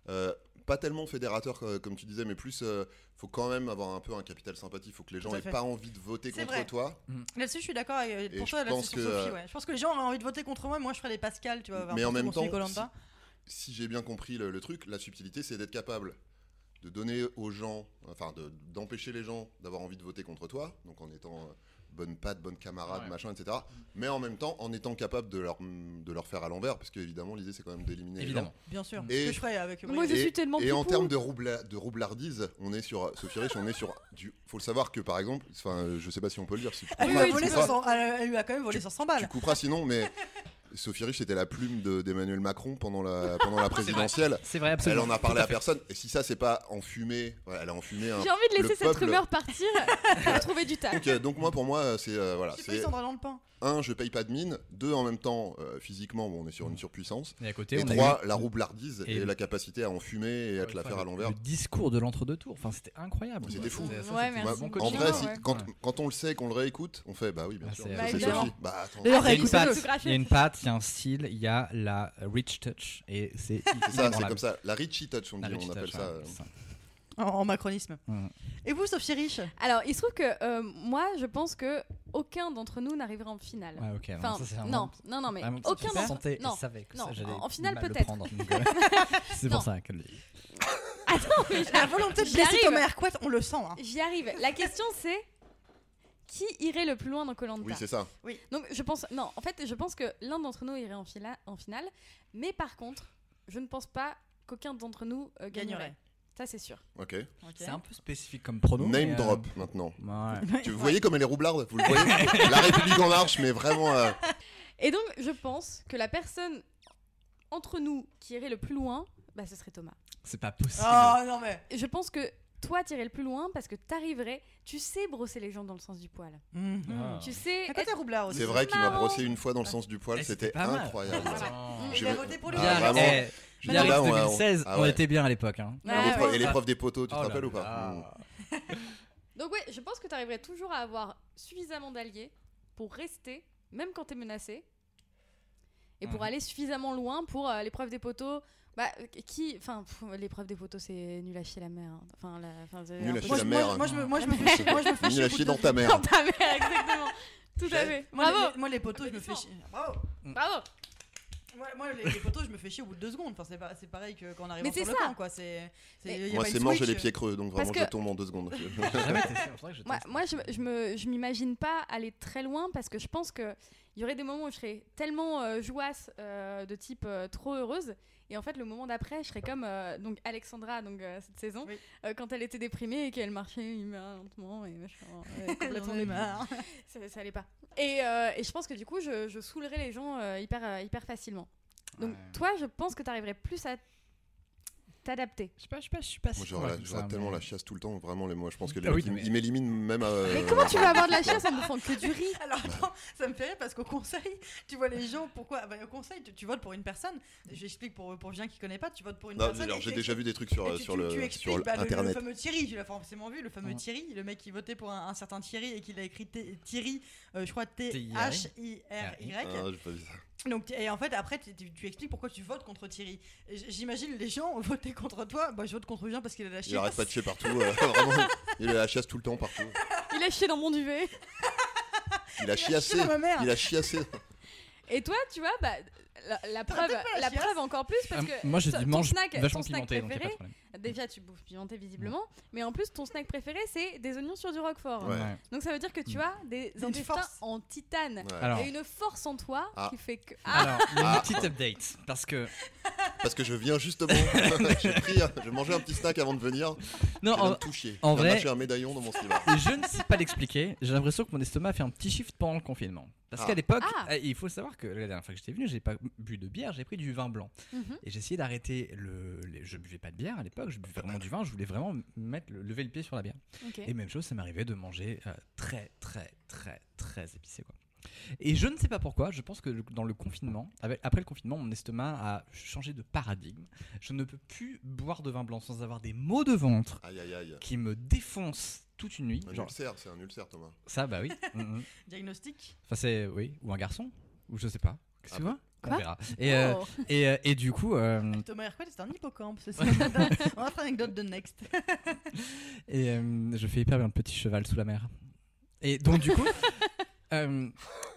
euh, pas tellement fédérateur euh, comme tu disais, mais plus euh, faut quand même avoir un peu un capital sympathie. Faut que les gens à aient fait. pas envie de voter C'est contre vrai. toi. Là-dessus, je suis d'accord avec- Et pour je toi, pense là-dessus, sur que, Sophie. euh, ouais. Je pense que les gens auraient envie de voter contre moi, moi je ferais les Pascal, tu vois. un peu Mais en comme même celui temps, Koh-Lanta. Si j'ai bien compris le, le truc, la subtilité, c'est d'être capable de donner aux gens, enfin de- d'empêcher les gens d'avoir envie de voter contre toi, donc en étant euh, bonne patte, bonne camarade, Ouais. machin, etc. Mais en même temps, en étant capable de leur, de leur faire à l'envers, parce qu'évidemment, l'idée c'est quand même d'éliminer les gens. Évidemment. Bien sûr. Et- ce que je ferais avec Moi, Brigitte. je suis tellement Et en pipou. termes de, roubla- de roublardise, on est sur Sophie Rich, on est sur du. Faut le savoir que par exemple, enfin, euh, je sais pas si on peut le dire. Si tu Ah Elle lui, couperas, a tu volé couperas. 500 elle- elle lui a quand même volé 500 balles. Tu couperas sinon, mais Sophie Rich était la plume de- d'Emmanuel Macron pendant la, pendant la présidentielle. Ah, C'est vrai, Elle absolument. en a parlé à personne. Et si ça, c'est pas enfumé, voilà, elle a enfumé un. J'ai envie de le laisser cette peuple- rumeur partir pour trouver du taf. hein. Donc, euh, donc moi, pour moi, c'est euh, voilà, Je sais pas, c'est ils sont dans le pain. un, je paye pas de mine. Deux, en même temps, euh, physiquement, bon, on est sur une surpuissance. Et à côté, Et, on a trois, eu- la roublardise et, et- la capacité à enfumer et à te la faire à l'envers. Le discours de l'entre-deux tours, enfin, c'était incroyable. C'était fou. ça, Ouais, c'était merci mon beaucoup. Bah, En quotidien, vrai, ouais. si, quand, quand on le sait, qu'on le réécoute, on fait bah oui, bien Ah, sûr. c'est- ça, Bah, c'est évidemment. Sophie. Bah D'ailleurs, attends. Il y a une réécoutez-le. patte, il y a une patte, il y a un style, il y a la rich touch, et c'est C'est ça, c'est comme ça. La Richie Touch, on, dit, La rich on appelle touch, ça. euh, ouais, c'est ça. En, en macronisme. Mhm. Et vous, Sophie Rich Alors, il se trouve que euh, moi, je pense que aucun d'entre nous n'arrivera en finale. Ouais, ok. Enfin, alors ça, c'est vraiment- non, non, non, mais vraiment, aucun Je d'entre sentais, Non, je savais que non, ça, j'allais en finale, mal le peut-être. prendre, donc, euh, C'est Non. pour ça qu'elle La volonté de J'y blesser arrive. Thomas Hercouët, on le sent. hein. J'y arrive. La question c'est qui irait le plus loin dans Colanta Oui, c'est ça. Donc je pense non, en fait, je pense que l'un d'entre nous irait en, fila- en finale, mais par contre, je ne pense pas qu'aucun d'entre nous euh, gagnerait. Gagnerait. Ça c'est sûr. Ok. C'est Oh, un peu spécifique comme pronom. mais, Name euh, drop maintenant. Ouais. Tu- Vous voyez comme elle est roublarde Vous le voyez La République en marche, mais vraiment. euh, Et donc je pense que la personne entre nous qui irait le plus loin, bah ce serait Thomas. C'est pas possible. Ah. Oh non, mais. Et Je pense que toi t'irais le plus loin parce que t'arriverais, tu sais brosser les gens dans le sens du poil. Ah. Tu sais Mm. À côté roublard aussi. C'est vrai qu'il m'a marrant. brossé une fois dans le sens du poil, Eh, c'était pas mal. incroyable. Mmh. Attends. Il Je a vais- voté pour lui. Ah, Biarritz, vraiment. eh, Je Biarritz dis, là, on- 2016, ah on ouais. était bien à l'époque. Hein. Et Ah, l'épreuve- ouais. Et l'épreuve des poteaux, tu te Oh là rappelles ou pas là. Mm. Donc ouais, je pense que tu arriverais toujours à avoir suffisamment d'alliés pour rester, même quand tu es menacé, et pour Mhm. aller suffisamment loin pour euh, l'épreuve des poteaux. Bah, euh, qui. Enfin, pff, l'épreuve des poteaux, c'est nul à chier la mer. hein. Enfin, la, enfin, vous avez un Nul peu- à chier Moi, la je- mère, moi, hein. moi, je me- moi, je me fais moi, je me fais Nul à chier. chier dans ta mère. Dans ta mère, exactement. Tout à fait. Moi, les- Bravo. Moi, les poteaux, je me fais Applaudissements. chier. Bravo. Bravo. Moi, moi, les, les poteaux, je me fais chier au bout de deux secondes. Enfin, c'est, pas- c'est pareil que quand on arrive Mais sur c'est le ça. camp, quoi. C'est, c'est, y a Moi, pas une c'est manger switch. les pieds creux, donc vraiment, Parce que- je tombe en deux secondes. J'ai jamais testé, c'est vrai que j'ai Moi, testé. moi, je, je me, je m'imagine pas aller très loin parce que je pense que il y aurait des moments où je serais tellement euh, jouasse euh, de type euh, trop heureuse et en fait le moment d'après je serais comme euh, donc Alexandra donc euh, cette saison Oui. euh, quand elle était déprimée et qu'elle marchait humain lentement et machin, euh, J'en complètement ai déprimée. marre. ça, ça allait pas et, euh, et je pense que du coup je, je saoulerais les gens euh, hyper euh, hyper facilement donc Ouais. toi je pense que tu arriverais plus à t'adapter Je sais pas, je sais pas, je suis pas Moi, si j'aurais la- convaincu, j'aurais ça, tellement mais- la chiasse tout le temps, vraiment. les- Moi, je pense que les Ah oui, mecs, ils mais- ils m'éliminent même à. euh, mais comment tu vas avoir de la chiasse en bouffant que du riz Alors, attends, ça me fait rire parce qu'au conseil, tu vois les gens, pourquoi bah, Au conseil, tu, tu votes pour une personne. J'explique pour, pour Julien qui connaît pas, tu votes pour une Non, mais personne. alors, et j'ai tu déjà vu des trucs sur, Et euh, tu, sur tu- le tu expliques, sur bah, le- le, internet. Mmh. fameux Thierry, tu l'as forcément vu, le fameux Mhm. Thierry, le mec qui votait pour un, un certain Thierry et qui l'a écrit T- Thierry, euh, je crois T-H-I-R-Y. Ah, j'ai pas vu ça. Euh, Donc, et en fait, après, tu, tu- tu expliques pourquoi tu votes contre Thierry. Et j- J'imagine les gens voter contre toi. Bah, je vote contre Julien parce qu'il a la Il arrête chiasse. pas de chier partout. euh, vraiment. Il a la chiasse tout le temps, partout. il a chié dans mon duvet Il a chiassé. ma mère. Il a chiassé. Et toi, tu vois, bah, la, la preuve, peut-être pas la la chiasse. preuve encore plus parce que Ah, Moi, j'ai ton- dit ton mange snack- vachement ton snack pimenté, donc y a pas de préféré, problème. déjà tu bouffes pimenté visiblement, mais en plus ton snack préféré c'est des oignons sur du roquefort. Ouais. Donc ça veut dire que tu Mm. as des Une intestins force. en titane Ouais. Alors, et une force en toi Ah. qui fait que ah, alors, il y a Ah. une petite update parce que Parce que je viens justement. j'ai pris, j'ai mangé un petit snack avant de venir. non, j'ai en- même tout chié. en J'ai vrai- mâché un médaillon dans mon stylo. et je ne sais pas l'expliquer. J'ai l'impression que mon estomac a fait un petit shift pendant le confinement. Parce Ah. qu'à l'époque, Ah. euh, il faut savoir que la dernière fois que j'étais venu, j'ai pas bu de bière, j'ai pris du vin blanc. mhm. Et j'ai essayé d'arrêter le, les- Je buvais pas de bière à l'époque, je buvais vraiment du vin, je voulais vraiment mettre le- lever le pied sur la bière. ah, Ok. Et même chose, ça m'arrivait de manger euh, très, très, très, très épicé. Quoi. Et je ne sais pas pourquoi, je pense que le- dans le confinement, avec- après le confinement, mon estomac a changé de paradigme. Je ne peux plus boire de vin blanc sans avoir des maux de ventre Aïe aïe aïe. qui me défoncent toute une nuit. Un Genre, ulcère, c'est un ulcère, Thomas. ça, bah oui. Mhm. Diagnostic. Enfin, c'est. Oui, ou un garçon, ou je sais pas. Qu'est-ce que tu vois Quoi On verra. Et, euh, Oh. et, euh, et du coup. euh, Thomas Hercouet, c'est un hippocampe. C'est ça. On va faire anecdote de Next. Et euh, je fais hyper bien le petit cheval sous la mer. Et donc du coup, euh,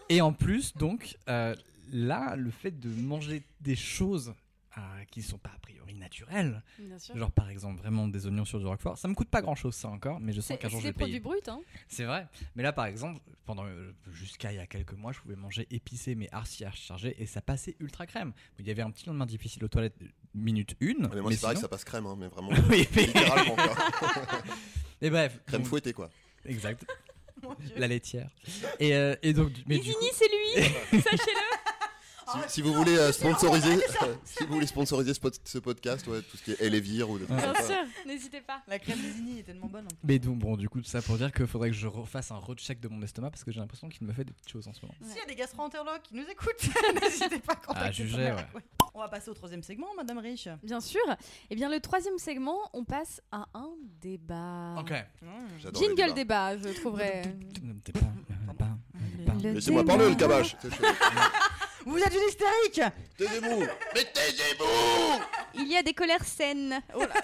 et en plus donc euh, là, le fait de manger des choses euh, qui sont pas a priori naturels, Bien sûr. genre par exemple vraiment des oignons sur du roquefort, ça me coûte pas grand chose ça encore, mais je sens C'est qu'un jour c'est je vais des produits payer. bruts, hein. C'est vrai. Mais là par exemple, pendant euh, jusqu'à il y a quelques mois, je pouvais manger épicé mais archi archi chargé et ça passait ultra crème. Il y avait un petit lendemain difficile aux toilettes euh, minute une. Ah, Mais moi, c'est pareil, sinon- ça passe crème, hein, mais vraiment. oui, mais- littéralement, quoi. mais bref, Crème donc- fouettée, quoi. Exact. La laitière. Et, euh, et donc, du- mais du coup- Isigny, c'est lui Sachez-le Si, si vous voulez euh, sponsoriser, si vous voulez sponsoriser ce, pod- ce podcast, ouais, tout ce qui est Elevir ou des trucs Bien comme ça. sûr, n'hésitez pas. La crème d'Isigny est tellement bonne. mais donc, bon, du coup, tout ça pour dire qu'il faudrait que je refasse un recheck de mon estomac parce que j'ai l'impression qu'il me fait des petites choses en ce moment. S'il y a des gastro-entérologues qui nous écoutent, n'hésitez pas à contacter. À juger, Thomas. On va passer au troisième segment, Madame Riche. Bien sûr. Eh bien, le troisième segment, on passe à un débat. Ah. Mmh. J'adore les Jingle débats. débat, je trouverais. Le Laissez-moi débat. parler, le cabache. Vous êtes une hystérique Taisez-vous, mais taisez-vous. Il y a des colères saines. Oh là.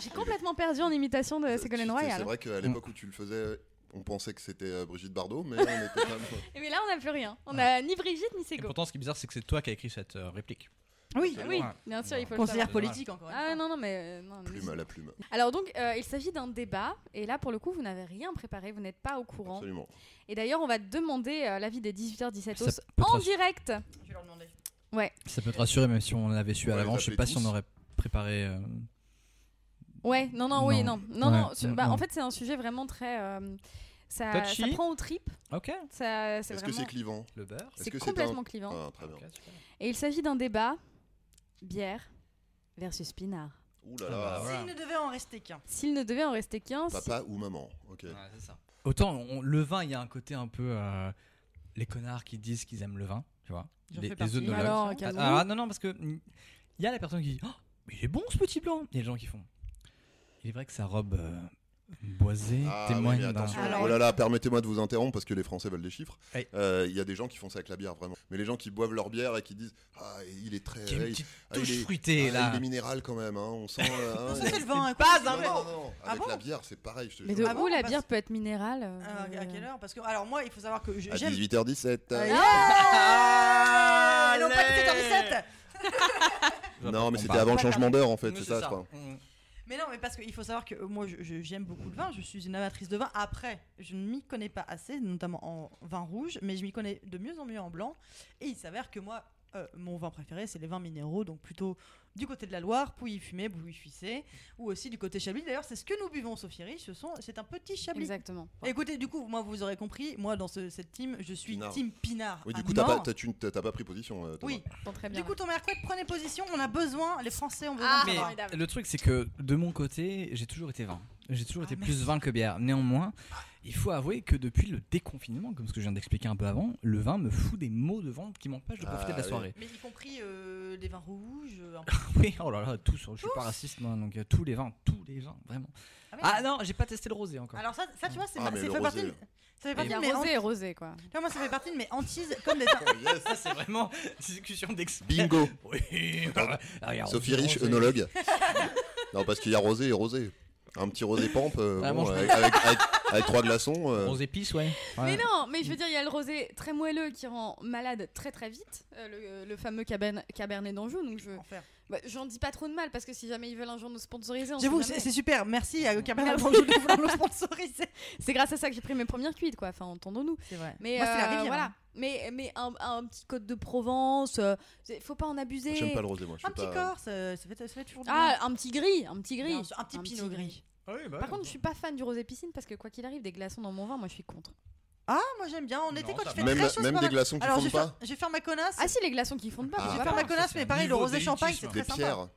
J'ai complètement perdu en imitation de Ségolène C'est Royal. vrai qu'à l'époque où tu le faisais, on pensait que c'était euh, Brigitte Bardot, mais on était quand même. Eh, Mais là, on n'a plus rien. On n'a ni Brigitte ni Et Ségo. pourtant, ce qui est bizarre, c'est que c'est toi qui as écrit cette euh, réplique. Oui, Oui, Ouais. bien sûr, il faut le Conseillère Conseillère politique, politique, encore une Ah non, non, mais. euh, non, mais- Plume à la plume, Alors donc, euh, il s'agit d'un débat, et là, pour le coup, vous n'avez rien préparé, vous n'êtes pas au courant. absolument. Et d'ailleurs, on va demander euh, l'avis des 18h17 os Ça peut te en rassurer. direct. Je vais leur demander. Ça peut te rassurer, même si on l'avait su On à les l'avance, je sais appelait pas si on tous. aurait préparé. euh, Ouais, non, non, oui, non. Non, Non. non, Ouais, sur- non, bah, non. En fait, c'est un sujet vraiment très... euh, ça, Touchy. ça prend aux tripes. Ok. Ça, c'est Est-ce que vraiment- c'est clivant Le beurre. est-ce c'est que c'est complètement clivant. Ah, Très bien. Ok, super. Et il s'agit d'un débat bière versus pinard. Ouh là Ah là. bah, S'il ne devait en rester qu'un. S'il ne devait en rester qu'un, si- Papa ou maman, ok. Ouais, c'est ça. Autant on- le vin, il y a un côté un peu euh, les connards qui disent qu'ils aiment le vin, tu vois. J'en Les, fais les partie. œnologues. Alors, Ah, calmons-nous. ah, non non parce que mm, il y a la personne qui dit Oh, mais il est bon ce petit blanc. Il y a des gens qui font. Il est vrai que sa robe euh, boisée Ah, oui, témoigne mais d'un. attention. Ah ouais. Oh là là, permettez-moi de vous interrompre parce que les Français veulent des chiffres. Euh, Hey. Il y a des gens qui font ça avec la bière, vraiment. Mais les gens qui boivent leur bière et qui disent Ah, il est très. Qui a ah, une il- petite ah, il touche est- fruitée ah, là. Il est minéral quand même, hein. on sent. euh, hein, il- Ça, c'est le vin, Non, Ah, pas non, non, Ah Avec bon la bière, c'est pareil, je te Mais de jure. Ah bon, où la bah, bière c'est- peut être minérale euh, À, Ah, à quelle heure Parce que, alors moi, il faut savoir que je- À j'aime. 18h17. Ah, euh, yeah Et Ah, non, pas 17h17 Non, mais c'était avant le Pas changement d'heure en fait, Oui, c'est ça, je crois. Mm. Mais non, mais parce qu'il faut savoir que euh, moi, je- je- j'aime beaucoup le vin. Je suis une amatrice de vin. Après, je ne m'y connais pas assez, notamment en vin rouge, mais je m'y connais de mieux en mieux en blanc. Et il s'avère que moi, euh, mon vin préféré, c'est les vins minéraux, donc plutôt du côté de la Loire, Pouilly-Fumé, Bouilly-Fuissé, ou aussi du côté Chablis. D'ailleurs, c'est ce que nous buvons, Sophie Riche. Ce sont, c'est un petit Chablis. Exactement. Écoutez, du coup, moi, vous aurez compris, moi, dans ce- cette team, je suis Pinard. team Pinard. Oui, à Ah, du coup, t'as pas, mort. t'as- tu- t'as- t'as pas pris position. euh, Thomas. Oui, T'entends très bien. du coup, ton mère couette, prenez position. On a besoin, les Français ont besoin Ah, de Mais savoir. formidable. le truc, c'est que de mon côté, j'ai toujours été vin. J'ai toujours Ah, été merci. plus vin que bière. Néanmoins, il faut avouer que depuis le déconfinement, comme ce que je viens d'expliquer un peu avant, le vin me fout des maux de vente qui m'empêchent de Ah, profiter de la oui. soirée. Mais y compris euh, des vins rouges, un Oui, oh là là, tous, je suis pas raciste, moi, donc euh, tous les vins, tous les vins, vraiment. Ah, merde. Ah non, j'ai pas testé le rosé encore. Alors ça, ça tu vois, c'est Ah, ma- mais c'est le fait partie rosé. de- ça fait Il partie y de a mes rosé hantises. et rosé, quoi. Tu vois, moi ça fait partie de mes hantises comme des Yes. Ça, c'est vraiment discussion d'experts. Bingo Oui, Ah, regarde, Sophie rosé. Riche, œnologue. non, parce qu'il y a rosé et rosé. Un petit rosé pampe euh, Ah, bon, mange- avec, avec- avec- avec trois glaçons. euh, Rosé épices, ouais. Mais Ouais. non, mais je veux dire, il y a le rosé très moelleux qui rend malade très très vite, euh, le, le fameux caberne- cabernet d'Anjou. Donc je, enfer. bah, j'en dis pas trop de mal parce que si jamais ils veulent un jour nous sponsoriser, on sait J'avoue, jamais. c'est c'est super. Merci à Cabernet Merci. Franc de vouloir nous sponsoriser. c'est grâce à ça que j'ai pris mes premières cuites, quoi. Enfin, entendons-nous. C'est vrai. Mais Moi, c'est la euh, rivière. voilà. hein. Mais, mais un, un petit côte de Provence, euh, c'est- faut pas en abuser. J'aime pas le rosé, moi. je Un suis petit pas- corps, ça ça fait, ça fait toujours du bien. Ah, un petit gris, un petit gris. Bien sûr, un petit pinot gris. Par contre, je suis pas fan du rosé piscine parce que quoi qu'il arrive, des glaçons dans mon vin, moi je suis contre. Ah, moi j'aime bien. En été, Non, quand ça il fait Même, très chaud, c'est même pas des mal. glaçons qui Alors, je font vais faire- pas je vais faire ma connasse. Ah si, les glaçons qui fondent pas, Ah. pourquoi je vais c'est faire pas. ma connasse, mais pareil, le rosé champagne, c'est Des très sympa. pierres.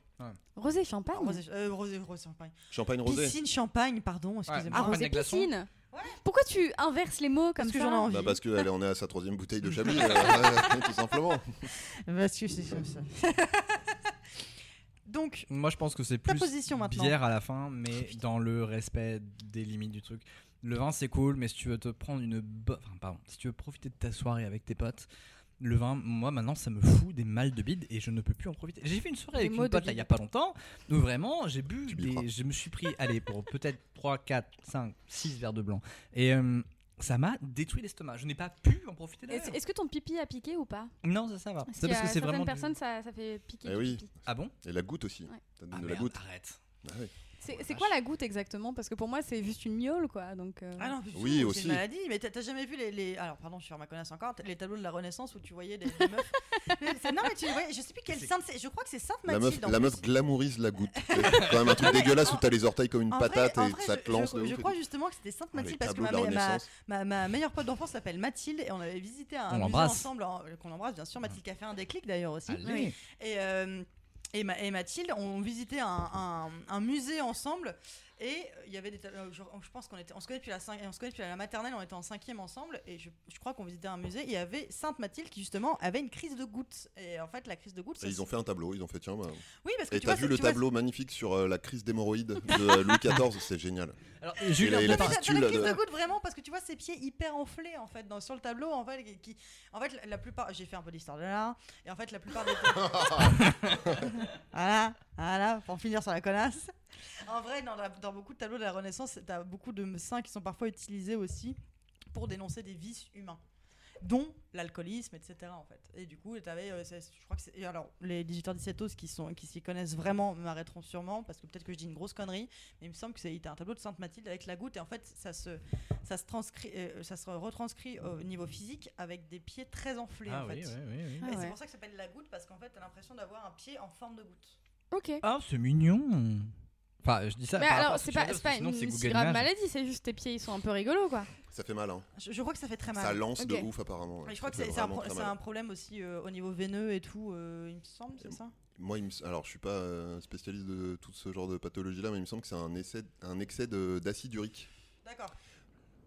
Rosé champagne, Ah, Rosé, euh, rosé, rosé champagne. Champagne rosé. Piscine champagne, pardon, excusez-moi. ah Champagne rosé des glaçons. piscine. Ouais. Pourquoi tu inverses les mots comme Parce que ça j'en ai envie. Bah parce qu'on est à sa troisième bouteille de chablis, euh, ouais, tout simplement. Parce que c'est comme ça. Donc, Moi, je pense que c'est ta plus position maintenant. bière à la fin, mais dans le respect des limites du truc. Le vin, c'est cool, mais si tu veux te prendre une bonne. Enfin, pardon, si tu veux profiter de ta soirée avec tes potes, le vin, moi maintenant, ça me fout des mal de bide et je ne peux plus en profiter. J'ai fait une soirée Des avec maux une de pote là, il bide. n'y a pas longtemps, où vraiment, j'ai bu Tu des. bifras. Je me suis pris, allez, pour peut-être 3, 4, 5, 6 verres de blanc. Et. euh, ça m'a détruit l'estomac. Je n'ai pas pu en profiter Est-ce d'ailleurs. est-ce que ton pipi a piqué ou pas Non, ça, ça va. Parce C'est qu'il y parce a que c'est certaines vraiment du- personnes, ça, ça fait piquer. Eh du oui. pipi. Ah bon Et la goutte aussi. Ouais. Ça donne Ah de la merde, goutte. arrête. Ah ouais. C'est la c'est vache. quoi la goutte exactement Parce que pour moi, c'est juste une miaule, quoi. Donc, euh, Ah non, puis Oui, c'est aussi. une maladie. Mais t'as t'as jamais vu les, les- Alors, pardon, je suis sur ma connaissance encore. Les tableaux de la Renaissance où tu voyais des, des meufs. Mais c'est- non, mais tu voyais, je sais plus quelle C'est- sainte. c'est- Je crois que c'est Sainte La meuf, Ah, Mathilde. en la plus. meuf glamourise la goutte. C'est quand même un truc dégueulasse où t'as les orteils comme une En vrai- patate en et vrai, ça je- te lance je, de je ouf. crois justement que c'était Sainte Ah, les Mathilde parce que tableaux ma, de la ma- ma, Renaissance. ma- ma meilleure pote d'enfance s'appelle Mathilde et on avait visité un On musée l'embrasse. ensemble en- qu'on embrasse bien sûr. Mathilde qui a fait un déclic d'ailleurs aussi. Allez. Et, euh, et, Ma- et Mathilde, on visitait un, un- un musée ensemble. Et il y avait des. ta- euh, genre, Je pense qu'on était, on se connaît depuis la cin- on se connaît depuis la maternelle. On était en cinquième ensemble. Et je, je crois qu'on visitait un musée. Il y avait Sainte Mathilde qui justement avait une crise de gouttes. Et en fait, la crise de gouttes. Et ça ils ont se- fait un tableau, ils ont fait tiens. bah. Oui, parce que Et tu t'as vois, vu c'est- le tu vois, tableau magnifique sur euh, la crise d'hémorroïdes de Louis XIV, c'est génial. Alors, Julien, Non, Et la mais t'as- t'as pastule, la crise là. de goutte vraiment parce que tu vois ses pieds hyper enflés en fait dans, sur le tableau en fait qui, qui- en fait la- la plupart j'ai fait un peu d'histoire de l'art et en fait la plupart des voilà voilà pour finir sur la connasse en vrai dans, la- dans beaucoup de tableaux de la Renaissance t'as beaucoup de seins qui sont parfois utilisés aussi pour dénoncer des vices humains dont l'alcoolisme, etc. En fait. Et du coup, t'avais, euh, c'est- je crois que c'est, et alors les 18h-17 os qui sont, qui s'y connaissent vraiment m'arrêteront sûrement parce que peut-être que je dis une grosse connerie, mais il me semble que c'est t'as un tableau de Sainte Mathilde avec la goutte et en fait ça se, ça se transcrit, euh, ça se retranscrit au niveau physique avec des pieds très enflés en fait. oui, Et Ah c'est ouais. pour ça que ça s'appelle la goutte parce qu'en fait t'as l'impression d'avoir un pied en forme de goutte. Ok. Ah, c'est mignon. Enfin, je dis ça. Mais par rapport à alors, ce c'est que tu pas, as dit, c'est parce pas que sinon, c'est une si Google grave Images. maladie, c'est juste tes pieds, ils sont un peu rigolos, quoi. Ça fait mal, hein. Je, je crois que ça fait très mal. Ça lance de Ok. ouf apparemment. Ah bah, Mais je crois que Ça c'est, fait c'est un, vraiment pro- très c'est mal. un problème aussi euh, au niveau veineux et tout, euh, il me semble, c'est ça Moi, il me- alors je suis pas euh, spécialiste de tout ce genre de pathologie là, mais il me semble que c'est un, essai- un excès de- d'acide urique. D'accord.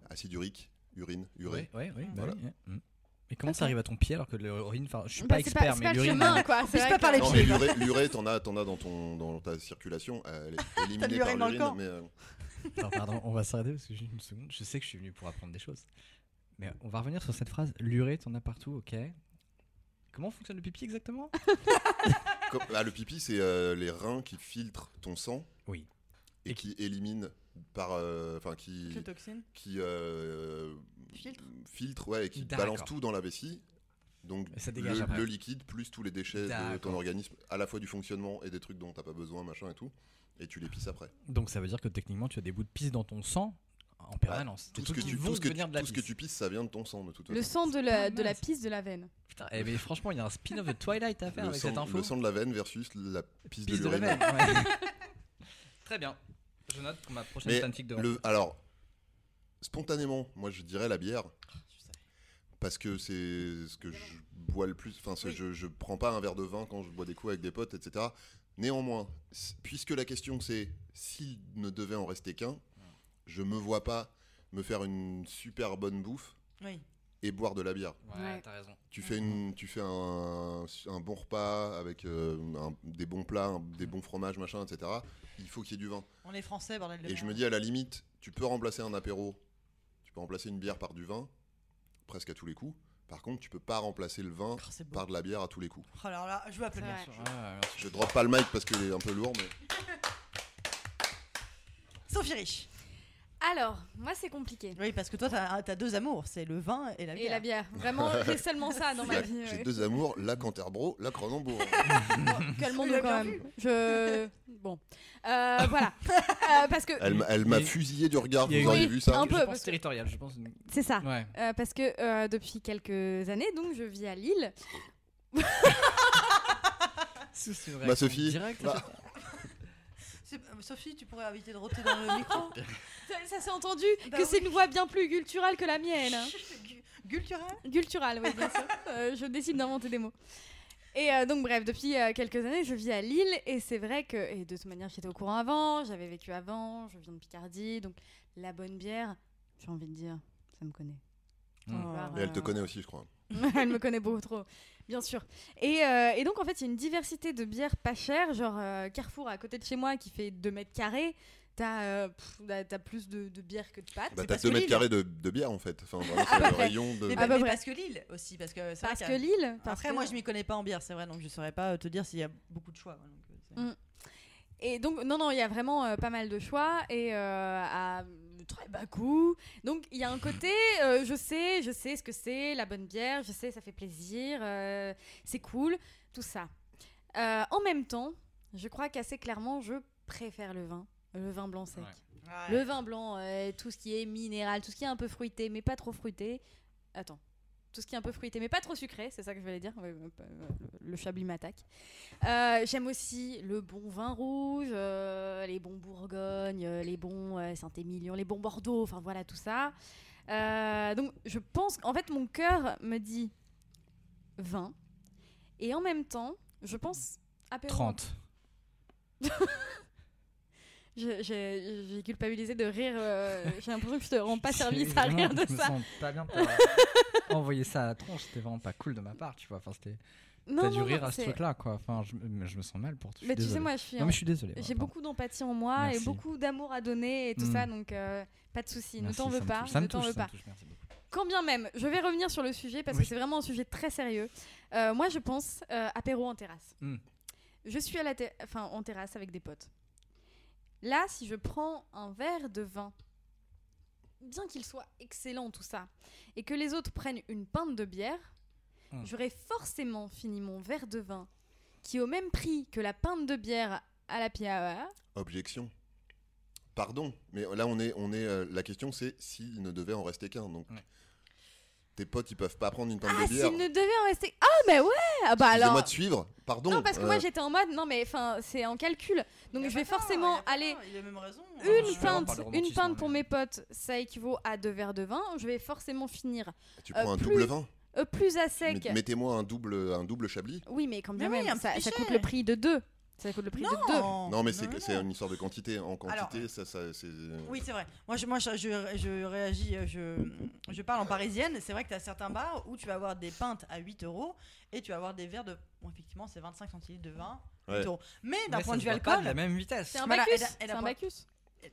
Acide urique, urine, urée. Ouais, ouais, ouais, bah Voilà. oui, ouais. Mm. Mais comment ça arrive à ton pied alors que l'urine. Enfin, je suis Bah, pas c'est expert, c'est mais le l'urine. chemin, quoi. puisse vrai pas que- parler de Non, pieds. mais l'urée, l'urée, t'en as, t'en as dans, ton, dans ta circulation, euh, elle est de éliminée l'urine par dans le l'urine, corps. mais euh, Attends, pardon, on va s'arrêter parce que j'ai une seconde. Je sais que je suis venu pour apprendre des choses. Mais on va revenir sur cette phrase l'urée, t'en as partout, ok. Comment fonctionne le pipi exactement comme- ah, le pipi, c'est euh, les reins qui filtrent ton sang Oui. et, Et- qui éliminent par, euh, enfin Les qui, toxines. qui euh, Filtre. filtre, ouais, et qui D'accord. balance tout dans la vessie. Donc Et ça dégage le, après. le liquide plus tous les déchets de ton D'accord. organisme, à la fois du fonctionnement et des trucs dont t'as pas besoin, machin et tout, et tu les pisses après. Donc ça veut dire que techniquement, tu as des bouts de pisse dans ton sang en permanence. Bah, Tout C'est ce que qui tu, vont tout ce que tu, devenir de la tout ce que pisse. tu pisses, ça vient de ton sang de toute façon. Le sang de la, Ah, de la mince. pisse de la veine. Putain, eh, mais franchement, il y a un spin-off de Twilight à faire Le avec sang- cette info. le sang de la veine versus la pisse de Pisse de la l'urine. veine, ouais. Très bien. Je note pour ma prochaine Mais fanfic de Le, alors, spontanément, moi je dirais la bière. Parce que c'est ce que je bois le plus. Enfin, c'est- Oui. je, je prends pas un verre de vin quand je bois des coups avec des potes, etc. Néanmoins, s- puisque la question c'est s'il ne devait en rester qu'un, je me vois pas me faire une super bonne bouffe Oui. et boire de la bière. Ouais, Ouais. t'as raison. Tu fais, une, tu fais un, un bon repas avec euh, un- des bons plats, un- des bons fromages, machin, etc. Il faut qu'il y ait du vin. On est français, bordel de Et je merde. me dis, à la limite, tu peux remplacer un apéro, tu peux remplacer une bière par du vin, presque à tous les coups. Par contre, tu peux pas remplacer le vin Oh, c'est beau. par de la bière à tous les coups. Oh là là, je veux C'est applaudir. vrai. Je drop pas le mic parce qu'il est un peu lourd, mais Sophie Rich. Alors, moi, c'est compliqué. Oui, parce que toi, t'as as deux amours, c'est le vin et la bière. Et la bière. Vraiment, j'ai seulement ça dans ma Là, vie. j'ai ouais. deux amours, la Canterbro, la Cronenbourg. Calmons-nous Il a quand bien même. Je. Bon. Euh, voilà. Euh, parce que. Elle, m'a- elle m'a Il y a eu- fusillé du regard, il y a vous eu- auriez Oui, vu ça un peu, je pense parce que- territorial, je pense. C'est ça. Ouais. Euh, parce que euh, depuis quelques années, donc, je vis à Lille. C'est une réaction Sophie, Direct, bah- C'est- euh, Sophie, tu pourrais éviter de roter dans le micro Ça, ça s'est entendu Bah que oui. c'est une voix bien plus culturelle que la Eh mienne. hein. Gu- Gultural Culturelle, oui, bien sûr. Euh, je décide d'inventer des mots. Et euh, donc, bref, depuis euh, quelques années, je vis à Lille. Et c'est vrai que, et de toute manière, j'étais au courant avant, j'avais vécu avant, je viens de Picardie. Donc, la bonne bière, j'ai envie de dire, ça me connaît. Mm. Voir, Et elle te euh, connaît aussi, je crois. elle me connaît beaucoup trop, bien sûr. Et, euh, et donc, en fait, il y a une diversité de bières pas chères, genre euh, Carrefour à côté de chez moi qui fait 2 mètres carrés. T'as euh, pff, là, t'as plus de, de bières que de pâtes. Bah, c'est t'as parce que 2 mètres Lille- carrés de, de bière en fait. Enfin, vraiment, c'est peu le près. rayon de. Mais, pas- Eh Ah bah ben, mais vrai. parce que Lille aussi, parce que c'est parce vrai que qu'à- Lille. parce Après, que- moi, je m'y connais pas en bière, c'est vrai, donc je saurais pas te dire s'il y a beaucoup de choix. moi, donc, euh, c'est- Mm. Et donc, non, non, il y a vraiment euh, pas mal de choix et euh, à très bas coût. Donc, il y a un côté, euh, je sais, je sais ce que c'est, la bonne bière, je sais, ça fait plaisir, euh, c'est cool, tout ça. Euh, en même temps, je crois qu'assez clairement, je préfère le vin, le vin blanc sec. Ouais. Ouais. Le vin blanc, euh, tout ce qui est minéral, tout ce qui est un peu fruité, mais pas trop fruité. Attends. Tout ce qui est un peu fruité, mais pas trop sucré, c'est ça que je voulais dire. Ouais, ouais, pas- euh, Le le chablis m'attaque. Euh, J'aime aussi le bon vin rouge, euh, les bons Bourgogne, euh, les bons euh, Saint-Émilion, les bons Bordeaux, enfin voilà tout ça. Euh, donc je pense qu'en fait mon cœur me dit 20. Et en même temps, je pense apéro. 30. Je- je- J'ai culpabilisé de rire. euh, J'ai l'impression que je te rends pas Je- service c'est à rire vraiment- de je me ça. sens pas bien de t'avoir envoyé ça à la tronche, c'était vraiment pas cool de ma part, tu vois. Enfin, c'était- Non, T'as dû non, rire non, à ce c'est- truc-là, quoi. Enfin, je, me- je me sens mal pour tout. je suis Mais tu sais, désolé. moi, je suis. Non, en- mais je suis désolé. J'ai voilà, beaucoup d'empathie en moi et Merci. beaucoup d'amour à donner et tout Mm. ça, donc euh, pas de souci. Ne Merci, t'en ça veux me pas. touche, ça ne me t'en touche, veux ça me pas. touche, merci beaucoup. Quand bien même, je vais revenir sur le sujet parce Oui. que c'est vraiment un sujet très sérieux. Euh, moi, je pense euh, apéro en terrasse. Hmm. Mm. Je suis à la ter- enfin, en terrasse avec des potes. Là, si je prends un verre de vin, bien qu'il soit excellent tout ça, et que les autres prennent une pinte de bière, Mm. Hmm. j'aurais forcément fini mon verre de vin qui, au même prix que la pinte de bière à la E Piawa, Objection. Pardon, mais là on est, on est. euh, la question c'est s'il ne devait en rester qu'un. Donc Ouais. tes potes ils peuvent pas prendre une pinte Ah, de bière. s'il ne devait en rester. Ah, mais ouais Ah, bah alors. moi de suivre. Pardon. Non, parce que moi euh, j'étais en mode, non, mais enfin, c'est en calcul. Il Donc a je vais pas tort, forcément il a pas aller. tort, Il a même raison. hein. Je Une suis vraiment pinte, par le une pinte pour romantisme, mes potes, ça équivaut à deux verres de vin. Je vais forcément finir tu euh, prends un plus double vin. euh, plus à Mais- sec. Mettez-moi un double, un double chablis. Oui, mais quand bien Mais oui, même, un ça, petit ça coûte pichet. le prix de deux. Ça coûte le prix de deux. Non, mais c'est non, que- c'est non. une histoire de quantité. En quantité, euh, Alors, ça, ça c'est. euh, Oui, c'est vrai. Moi, je, moi, je, je- je réagis, euh, je, je parle en parisienne. C'est vrai que tu as certains bars où tu vas avoir des pintes à 8 euros et tu vas avoir des verres de. Bon, effectivement, c'est 25 centilitres de vin, 8 Ouais. euros. Mais d'un Mais point ça de se vue voit pas de alcool, la même vitesse. C'est un Voilà, Bacchus. et d'un- et c'est d'un un point- Bacchus.